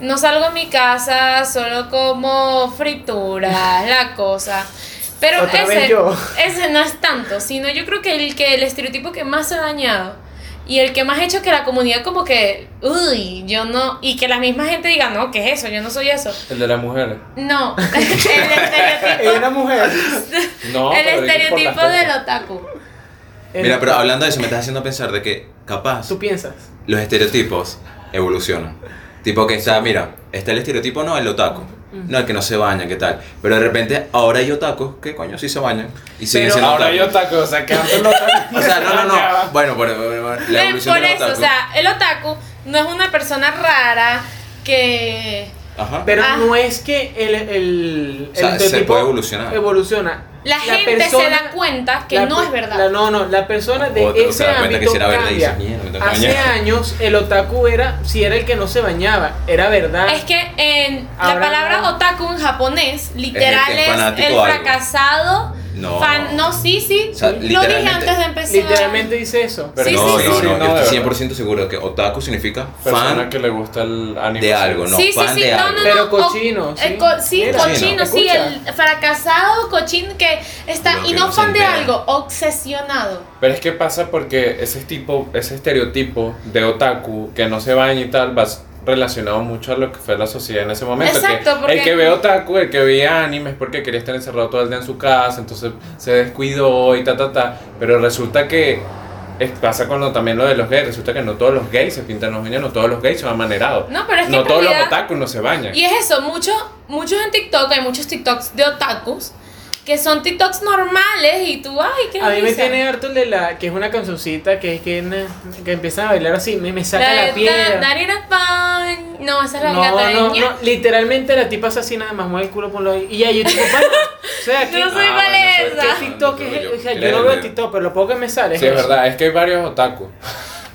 D: No salgo de mi casa, solo como frituras, la cosa. Pero
A: Otra
D: ese,
A: vez yo.
D: ese no es tanto, sino yo creo que el, que el estereotipo que más se ha dañado y el que más ha hecho que la comunidad como que, uy, yo no, y que la misma gente diga, no, ¿qué es eso? Yo no soy eso.
C: El de las mujeres.
D: No, el estereotipo,
A: Es una mujer.
C: No, pero digo por
D: el
C: las
D: estereotipo
C: tetas.
D: del otaku.
B: Mira, pero hablando de eso, me estás haciendo pensar de que capaz
A: Eh, Tú piensas.
B: los estereotipos evolucionan. Tipo que está, mira, está el estereotipo, no, el otaku.
D: Mm.
B: No, el que no se baña, ¿qué tal? Pero de repente ahora hay otakus que coño sí se bañan y siguen
A: Pero
B: siendo
C: Ahora
B: otakus.
C: yo taco, o sea, que antes no taco.
B: O sea, no, no, no. Bueno, por, por- por- la
D: Ven,
B: evolución
D: por
B: del
D: eso,
B: otaku.
D: o sea, el otaku no es una persona rara que
B: Ajá.
A: Pero
D: Ah.
A: no es que el, el,
B: O sea,
A: el
B: se
A: estereotipo
B: puede evolucionar.
A: Evoluciona.
D: la, gente se da cuenta que
A: la
D: no
A: per-
D: es verdad.
A: la- no, no, la persona de
B: O te- o
A: ese
B: se da cuenta que
A: ámbito
B: si era verdad y dice,
A: cambia.
B: "Mierda, me tengo que
A: Hace
B: bañar".
A: años el otaku era, si era el que no se bañaba, era verdad.
D: Es que en la
A: Ahora
D: palabra
A: no.
D: otaku en japonés
B: Es
D: literal
B: el que es
D: es el,
B: fanático de algo.
D: fracasado.
B: No.
D: fan- no, sí, sí.
B: O sea,
D: lo dije
B: literalmente-
D: antes de empezar.
A: Literalmente dice eso.
C: Pero
D: Sí,
B: no,
D: sí,
B: no,
D: sí.
B: no,
C: No,
B: yo
C: de
B: estoy 100% seguro que otaku significa
C: Persona
B: fan
C: que le gusta el anime.
B: de algo, no,
D: sí, sí,
B: fan
D: sí,
B: de
D: no,
B: algo.
D: no, no.
A: Pero
D: o-
A: cochino, sí.
D: el co- sí,
A: Mira.
D: cochino, sí,
A: Escucha.
D: el fracasado cochino que está,
B: Lo
D: y
B: que
D: no
B: no se
D: fan de
B: entera.
D: algo, obsesionado.
C: Pero es que pasa porque ese tipo, ese estereotipo de otaku que no se baña y tal, va relacionado mucho a lo que fue la sociedad en ese momento.
D: Exacto,
C: que
D: porque-
C: El que ve otaku, el que veía anime es porque quería estar encerrado todo el día en su casa, entonces se descuidó y ta, ta, ta. Pero resulta que es- pasa con lo- también lo de los gays, resulta que no todos los gays se pintan los uñas, no todos los gays son amanerados.
D: No, pero es que
C: no
D: en
C: todos los
D: realidad-
C: otakus no se bañan.
D: Y es eso, muchos muchos en TikTok, hay muchos TikToks de otakus que son TikToks normales y tú, ay, qué
A: A mí me
D: risa.
A: tiene harto el de la, que es una cancioncita que es que, na- que empiezan a bailar así, me, me saca
D: La
A: la,
D: de da-
A: piedra.
D: darina pan. No, esa es la
A: No,
D: gata
A: no,
D: de ña.
A: no, literalmente la tipa hace así nada más, mueve el culo por lo y ya yo tipo, para. O sea, que,
D: No soy
C: Ah,
D: cuál
C: bueno,
D: es
C: soy-
D: esa.
A: que TikTok es, o sea, yo no veo TikTok, pero lo poco que me sale
C: Sí, es
A: eso.
C: verdad, es que hay varios otakus.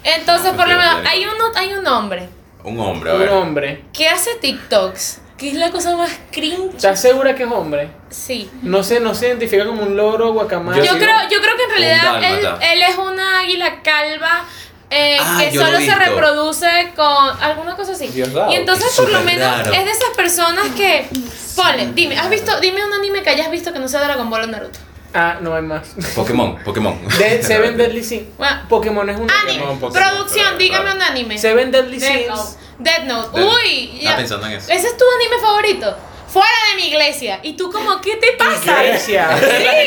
D: Entonces,
B: No,
D: por lo
B: mentira,
D: menos,
B: mentira.
D: hay un, hay un hombre
B: Un hombre, a
A: Un
B: ver.
A: hombre.
D: que hace TikToks, que es la cosa más cringe.
A: ¿Estás segura que es hombre?
D: Sí.
A: No se, no se identifica como un loro guacamaya.
C: Yo
D: Yo,
C: sí-
D: creo, yo creo que en realidad
B: Un
D: él,
B: dálmata.
D: él es una águila calva eh,
B: Ah,
D: que
B: yo lo
D: solo
B: he
D: se
B: visto.
D: reproduce con alguna cosa así.
C: Dios raro.
D: y entonces
B: Es
D: por lo
B: súper
D: menos
B: raro.
D: es de esas personas que ponle, dime, ¿has visto? Dime un anime que hayas visto que no sea Dragon Ball o Naruto.
A: Ah, no hay más.
B: Pokémon, Pokémon.
A: De Seven Deadly Sin.
D: Bueno, Ah,
A: Pokémon es un
D: anime,
C: Pokémon, Pokémon,
D: producción,
B: pero
D: dígame
B: raro.
D: un anime.
A: Seven Deadly
D: Death
A: Sins.
D: Note. Death Note.
B: Death- Ah,
D: Uy,
B: Estaba pensando en eso.
D: Ese es tu anime favorito. Fuera de mi iglesia. Y tú como, ¿qué te pasa?
A: Iglesia.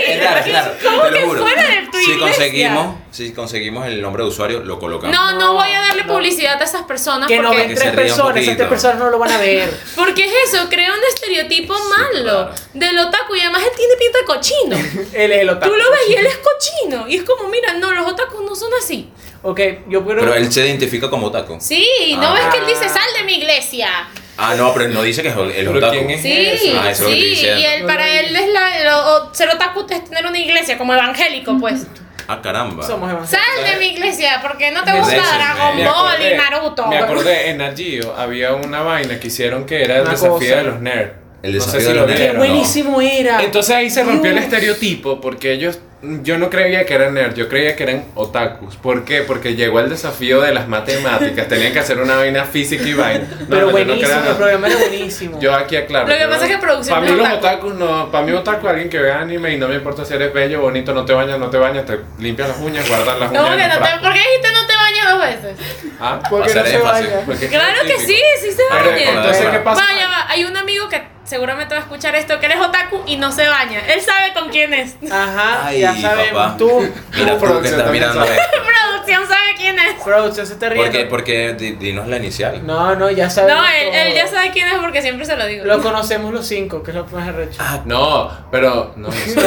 B: Es raro, es raro,
D: ¿Cómo
B: te lo
D: que
B: juro.
D: fuera de tu
B: si
D: iglesia?
B: conseguimos, si conseguimos el nombre de usuario, lo colocamos.
D: No, no voy a darle
A: No.
D: publicidad a esas personas
A: Que no
D: porque,
A: ven
B: Que se
A: tres
B: ría un
A: personas, esas tres
B: poquito.
A: personas no lo van a ver.
D: porque es eso, crea un estereotipo
B: Sí,
D: malo
B: claro.
D: del otaku y además él tiene pinta de cochino.
A: El, el
D: Tú
A: otaku.
D: lo ves y él es cochino y es como, mira, no, los otakus no son así.
A: Ok, yo creo
B: Pero él se identifica como otaku.
D: Sí, ¿no
B: Ah.
D: ves que él dice sal de mi iglesia?
B: Ah, no, pero él no dice que es el el
C: ¿Pero
B: otaku.
C: quién es?
D: Sí,
B: eso? Ah, eso es lo que
D: sí,
B: estoy diciendo.
D: y él, para él es la, lo- o ser otaku es tener una iglesia como evangélico, pues.
B: Ah, caramba.
A: somos evangélicos.
D: Sal de mi iglesia, porque no te
B: Me
D: gusta
B: parece,
D: Dragon
B: me
D: Ball y Naruto.
C: Me acordé, en Nagio había una vaina que hicieron que era el
A: Una
C: desafío
A: cosa.
C: de los nerds.
B: El
C: No
B: desafío
C: sé si
B: de
C: lo
B: los nerds.
A: ¡Qué
C: vieron.
B: no.
A: buenísimo era!
C: Entonces ahí se rompió el
A: Dios.
C: estereotipo porque ellos, yo no creía que eran nerds, yo creía que eran otakus. ¿Por qué? Porque llegó el desafío de las matemáticas, tenían que hacer una vaina física y vaina. No,
A: pero
C: no, yo no
A: buenísimo,
C: creo-
A: el programa era buenísimo.
C: Yo aquí aclaro.
D: Lo que pasa es que producción
C: Para
D: no
C: mí
D: es
C: los
D: otaku.
C: otakus no. Para mí otaku es alguien que ve anime y no me importa si eres bello, bonito, no te bañas, no te bañas, te limpias las uñas, guardas las uñas.
D: ¿Cómo
C: en
D: que
C: el
D: no te,
C: frasco.
D: ¿Por qué dijiste no te bañas dos veces?
C: Ah,
A: Porque no
B: Pasaré
A: se
B: fácil.
A: vaya.
C: porque es
D: Claro que
C: típico.
D: sí, sí se
C: Pero
B: Oye,
D: baña.
C: entonces, ¿qué pasa?
D: Vaya, va, hay un amigo que seguramente va a escuchar esto, que él es otaku y no se baña. Él sabe con quién es.
A: Ajá,
B: Ay,
A: ya sabemos.
B: papá.
A: Tú,
B: Mira tú que
C: producción
B: estás
C: también
B: mirando
C: sabe.
B: esto.
D: Producción sabe quién es.
A: Production se está riendo.
B: Porque, porque di- dinos la inicial.
A: No, no, ya sabemos.
D: No, él, él
A: todo.
D: ya sabe quién es porque siempre se lo digo.
A: Lo conocemos los cinco, que es lo más arrecho.
B: Ah,
C: No, pero. No, no sé,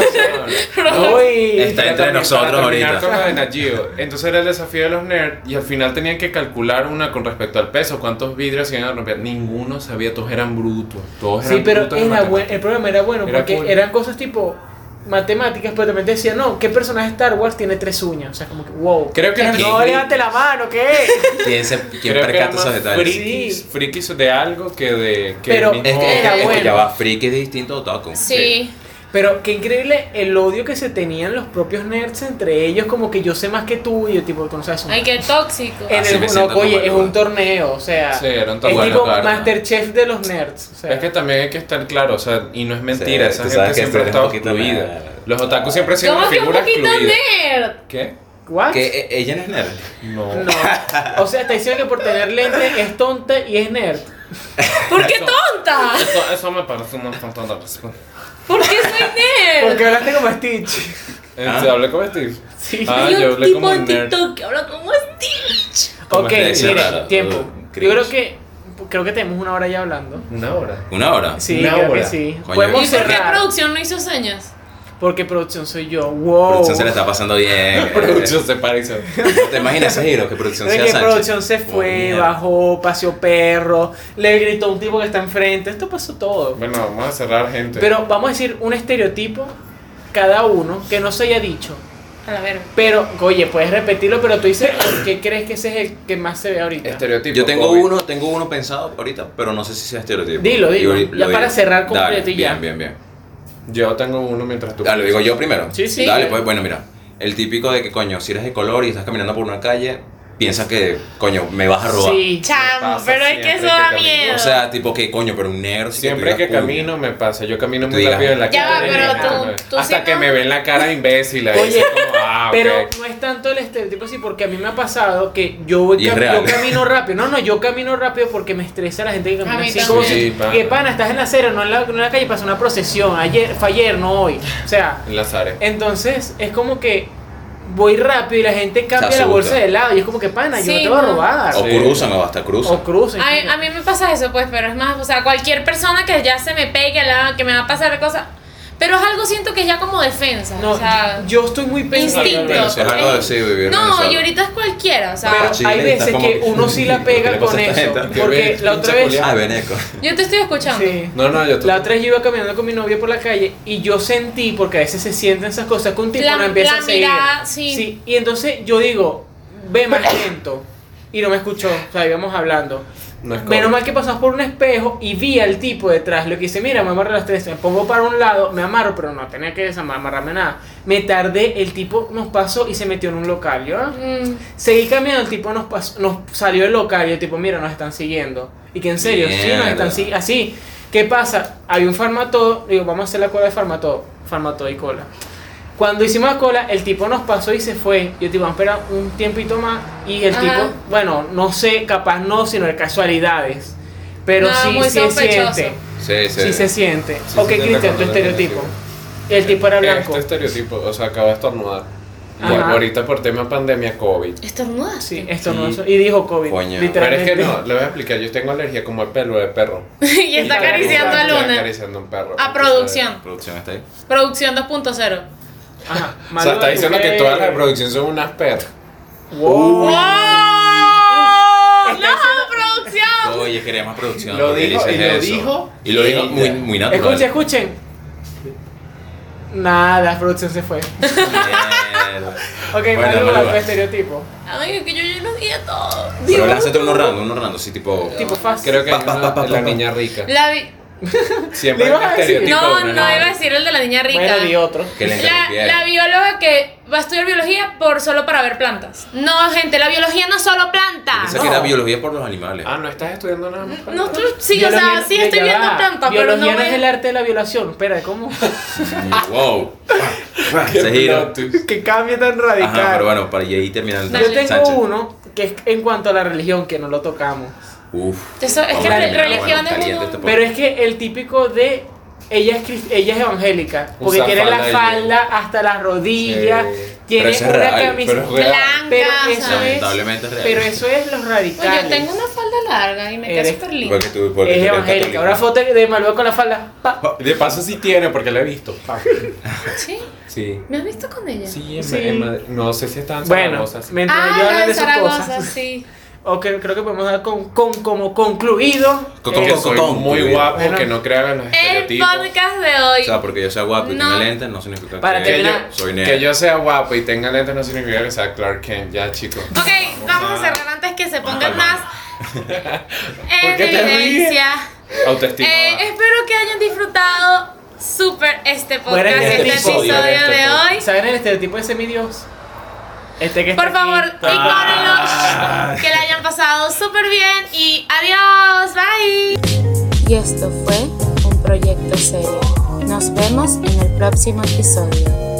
C: no, no.
A: Uy.
B: Está
C: Para
B: entre
C: terminar-
B: nosotros
C: para terminar
B: ahorita.
C: con lo de Nagio. Entonces era el desafío de los nerds y al final tenían que calcular una con respecto al peso, cuántos vidrios se iban a romper. Ninguno sabía, todos eran brutos. Todos eran
A: Sí, pero
C: brutos en
A: era buen-
C: matemáticas.
A: el programa era bueno
C: Era
A: porque
C: cool.
A: eran cosas tipo matemáticas, pero también te decían, no, ¿qué personaje de Star Wars tiene tres uñas? O sea, como que, wow.
C: Creo que
A: no,
C: era
A: no
C: Disney.
A: levante la mano, ¿qué?
B: ¿Quién, se, quién
C: Creo que
B: percata
C: eran más
B: esos detalles?
A: friki.
C: Frikis,
A: Sí.
C: frikis de algo que de. Que
A: Pero
C: mismo-
B: Es que, es
A: Era
B: que- es que
A: bueno.
B: ya va friki es distinto a otaku.
D: Sí.
A: Pero qué increíble el odio que se tenían los propios nerds entre ellos, como que yo sé más que tú y yo tipo, tú no sabes un-
D: Ay, qué tóxico.
C: Ah,
A: En
B: Así
A: el,
B: me
A: no, oye,
B: siento como el
A: es
B: lugar.
A: un torneo, o sea,
C: Sí, era un
A: es
C: torneo,
A: tipo
C: claro.
A: Masterchef de los nerds. O sea,
C: Es que también hay que estar claro, o sea, y no es mentira,
B: Sí,
C: esa
B: tú
C: gente
B: sabes que
C: siempre ha
B: tú eres
C: estado
B: un poquito
C: excluida.
B: nerd.
C: Los otakus siempre han sido
D: ¿Cómo
C: una
D: que un
C: figura
D: poquito
C: excluida.
D: nerd?
C: ¿Qué?
A: ¿what?
B: Que eh, ella no es nerd.
C: No.
A: No. O sea, te diciendo que por tener lentes es tonta y es nerd.
D: ¿Por qué tonta?
C: Eso, eso me parece una tonta.
D: ¿Por qué soy nerd?
A: Porque hablaste como Stitch.
C: ¿Se
B: Ah.
C: Eh, hablé con Steve?
A: Sí.
C: Ah,
D: Hay
C: yo
D: un
C: hablé
D: tipo
C: como un
D: en
C: nerd.
D: TikTok que habla como Stitch.
B: Como
A: Ok,
B: que decía
A: mire,
B: raro,
A: tiempo.
B: todo
A: Yo
B: cringe.
A: creo que creo que tenemos una hora ya hablando.
C: Una hora.
B: ¿Una hora?
A: Sí,
C: Una
A: creo que
C: hora.
A: sí.
B: Coño,
A: Podemos
D: ¿Y por qué
A: cerrar.
D: producción no hizo señas?
A: porque producción soy yo. Wow.
B: Producción se la está pasando bien.
C: Oh. Producción se parece.
B: ¿Te imaginas ese giro? Que producción
A: Creo
B: sea
A: que
B: Sánchez.
A: producción se
B: Como
A: fue,
B: Oh, mierda.
A: bajó, paseó perro, le gritó a un tipo que está enfrente. Esto pasó todo.
C: Bueno, vamos a cerrar, gente.
A: Pero vamos a decir un estereotipo cada uno que no se haya dicho.
D: A la verga.
A: Pero, oye, puedes repetirlo, pero tú dices por qué crees que ese es el que más se ve ahorita.
C: Estereotipo.
B: Yo tengo
C: COVID.
B: uno, tengo uno pensado ahorita, pero no sé si sea estereotipo.
A: Dilo, dilo.
B: Digo, lo
A: Ya para cerrar
B: Dale,
A: completo y ya.
B: Bien, bien, bien.
C: Yo tengo uno mientras tú.
B: Ah, lo digo yo primero.
A: Sí, sí.
B: Dale, pues bueno, mira. El típico de que, coño, si eres de color y estás caminando por una calle, piensas que, coño, me vas a robar.
A: Sí.
D: Chamo,
C: pasa
D: pero es que
C: siempre
D: eso
C: que
D: da
C: camino.
D: miedo.
B: O sea, tipo que, coño, pero un negro. sí
C: Siempre
B: tú
C: que
B: digas, "Coño".
C: camino me pasa. Yo camino
B: Tú
C: muy
B: digas,
C: rápido en la
D: Ya
C: calle.
D: va, pero
C: Hasta
D: tú- tú
C: hasta
D: sí
C: que
D: no-
C: me ven la cara de imbécil. ahí,
A: Oye,
C: como, ah, ok.
A: Pero no es tanto el estereotipo así, porque a mí me ha pasado que yo, voy
B: Y es
A: cam-
B: real.
A: yo camino rápido. No, no, yo camino rápido porque me estresa la gente que
D: A
A: camina
D: mí
A: así.
D: también.
A: Como
C: Sí,
A: si,
C: pana.
A: que pana, estás en la acera, no en la, no en la calle, pasó una procesión. Ayer, fue ayer, no hoy. O sea,
C: Enlazaré.
D: eh,
A: entonces es como que voy rápido y la gente cambia la
B: asusta.
A: bolsa de lado. Y es como que, pana, yo no
D: Sí,
A: te voy a
D: no.
A: robar.
B: O
C: Sí.
B: cruzan o hasta cruzan.
A: O crucen.
D: Ay, a mí me pasa eso, pues, pero es más, o sea, cualquier persona que ya se me pegue, la, que me va a pasar cosas. Pero es algo, siento que ya como defensa.
A: No,
D: o sea,
A: yo estoy muy pensando.
D: instinto.
B: Bueno, eso es algo de sí, vivir en
D: no,
B: Venezuela.
D: y ahorita es cualquiera, o sea.
A: Pero
B: Chile
A: hay
B: está
A: veces
B: como
A: que
B: que-
A: uno sí la
B: ¿Qué
A: pega
B: le pasa
A: con
B: a esta
A: eso.
B: gente?
A: Porque
C: Qué
A: la otra
C: pinche
A: vez.
B: Ah, Beneco.
D: Yo te estoy escuchando.
A: Sí.
C: No, no, yo
A: La otra vez yo iba caminando con mi novia por la calle y yo sentí, porque a veces se sienten esas cosas, que un tipo
D: La-
A: no empieza
D: la
A: a seguir.
D: mirada, sí.
A: Y entonces yo digo, ve más lento. Y no me escuchó, o sea, íbamos hablando.
C: No es
A: Menos
C: COVID.
A: mal que pasamos por un espejo y vi al tipo detrás. Lo que hice, mira, me amarro las tres, me pongo para un lado, me amarro, pero no tenía que desamarrarme nada. Me tardé, el tipo nos pasó y se metió en un local. Yo, ah,
D: Mm,
A: Seguí caminando, el tipo nos, pasó- nos salió el local y el tipo, mira, nos están siguiendo. Y que en serio, sí, nos están
B: Mierda.
A: siguiendo. Así, ¿qué pasa? Hay un farmatodo, digo, vamos a hacer la cola de farmatodo, farmatodo y cola. Cuando hicimos la cola, el tipo nos pasó y se fue. Yo, tipo, vamos a esperar un tiempito más. Y el
D: Ajá.
A: tipo, bueno, no sé, capaz no, sino de casualidades. Pero
D: No,
A: sí,
D: muy
A: sí se
D: sospechoso.
A: siente.
B: Sí, sí.
A: Sí, se siente.
C: Sí,
A: ok,
C: sí, te
A: Cristian, tu
C: recuerdo, te
A: estereotipo.
C: recuerdo.
A: Y el tipo era blanco.
C: Este estereotipo, o sea, acabo de estornudar. Y
A: Ajá.
C: ahorita por tema pandemia COVID.
D: estornudaste.
A: Sí, esto
C: Sí.
A: no es. Y dijo COVID.
B: Coño.
C: Pero
A: Literalmente.
C: es que no, le voy a explicar. Yo tengo alergia como el pelo de perro.
D: y está acariciando a
C: Estoy
D: Luna.
C: acariciando a un perro.
D: A producción.
B: Producción está ahí.
D: Producción 2.0.
A: Ajá.
C: O sea,
A: Maluma,
C: está
A: ¿tú
C: diciendo que
A: qué?
C: todas las producciones son unas perras.
A: eh,
C: Uh,
A: Wow.
D: ¡Wow!
A: Está
D: ¡No, producción!
B: Oye, quería más producción.
C: Lo
B: ¿por qué
C: dijo,
B: dices
C: y lo
B: eso?
C: dijo.
B: Y lo dijo muy, muy natural.
A: Escuchen, escuchen. Nada, la producción se fue.
B: Mierda.
A: Ok,
B: Bueno,
A: Maru,
B: Maru,
A: algo
B: va.
A: de estereotipo.
D: Ay, que yo ya lo dije todo.
B: Pero lánzate uno random, uno random, sí, tipo.
A: Tipo fácil.
C: Creo que
B: Pa,
C: hay
B: pa,
C: una-
B: pa, pa,
C: la
B: pa, pa.
C: niña rica.
D: La vi-
C: Siempre
A: ¿Le
C: hay un
A: ibas a decir?
C: estereotipo.
D: No,
C: de
D: no
C: una
D: iba a
C: nada.
D: decir el de la niña rica.
A: Bueno, di otro.
B: Que le
D: La,
B: interrumpieron.
D: la bióloga que va a estudiar biología por solo para ver plantas. No, gente, la biología no es solo plantas.
B: Pensé que era biología por los animales.
C: Ah, no estás estudiando nada más. pues.
D: No, tú- sí, o
A: Biología-
D: sea, sí
A: ya
D: estoy
A: va.
D: viendo plantas, pero no
A: Biología no es
D: veo-
A: el arte de la violación. Espera, ¿cómo?
B: Wow.
C: Qué
B: Se gira.
C: plot twist.
A: que cambia tan radical.
B: Ajá, pero bueno, para y ahí terminando.
A: Yo
D: Dale.
A: tengo
B: Sánchez.
A: uno que es en cuanto a la religión, que no lo tocamos.
B: Uf.
D: Eso- es
B: Vamos
D: que
B: a
D: re-
B: terminar,
D: religión es
B: caliente
D: un-
B: este podcast.
A: Pero es que el típico de ella es, cris- ella es evangélica, porque
C: Usa
A: tiene la
C: falda y-
A: falda hasta las rodillas,
C: Sí.
A: tiene
B: Pero eso es
A: una
B: real,
A: camisa
C: pero es real.
D: Blancas.
A: Pero eso es,
B: Lamentablemente es real.
A: pero eso es los
D: Oye,
A: radicales.
D: Pues yo tengo una falda larga y me queda
A: Eres-
D: súper linda.
B: Porque tú, porque
A: es
B: tú eres
A: evangélica.
B: católico.
A: Ahora foto de Malbec con la falda. pa.
C: De paso sí tiene, porque la he visto.
A: Ah.
D: ¿Sí?
C: Sí.
D: ¿Me has visto con ella?
C: Sí, en,
A: Sí.
C: en Madrid. No sé si están
A: Bueno, mientras
D: Ah,
A: yo
D: la
A: hablo de
D: de
A: esas
D: Zaragoza,
A: cosas.
D: sí.
A: Ok, creo que podemos dar con, con- como concluido.
B: Con-
A: eh,
C: Que
B: con-
C: soy
B: con-
C: muy
B: con-
C: guapo,
A: Bueno.
C: que no crean en los
D: El
C: estereotipos.
D: podcast de hoy.
B: O sea, porque yo sea guapo y
D: No.
B: tenga lentes, no significa
A: Para
B: que
C: Que yo,
A: terminar-
B: soy negro.
C: que yo sea guapo y tenga lentes no significa que sea Clark Kent, ya chicos.
D: Ok, vamos a cerrar antes que se pongan más
B: calmar.
D: en
C: qué te ríes?
D: evidencia.
C: Autoestima.
D: Eh,
C: va.
D: espero que hayan disfrutado súper este podcast,
A: Fuera de
D: este
A: este
D: episodio
A: episodio,
B: de este
D: de
B: podcast.
D: hoy.
A: Eh, ¿Saben el estereotipo de semidios? Este que está
D: Por favor,
B: Ah,
A: aquí.
D: ignórenlo. Que la hayan pasado súper bien y adiós, bye.
E: Y esto fue un proyecto serio. Nos vemos en el próximo episodio.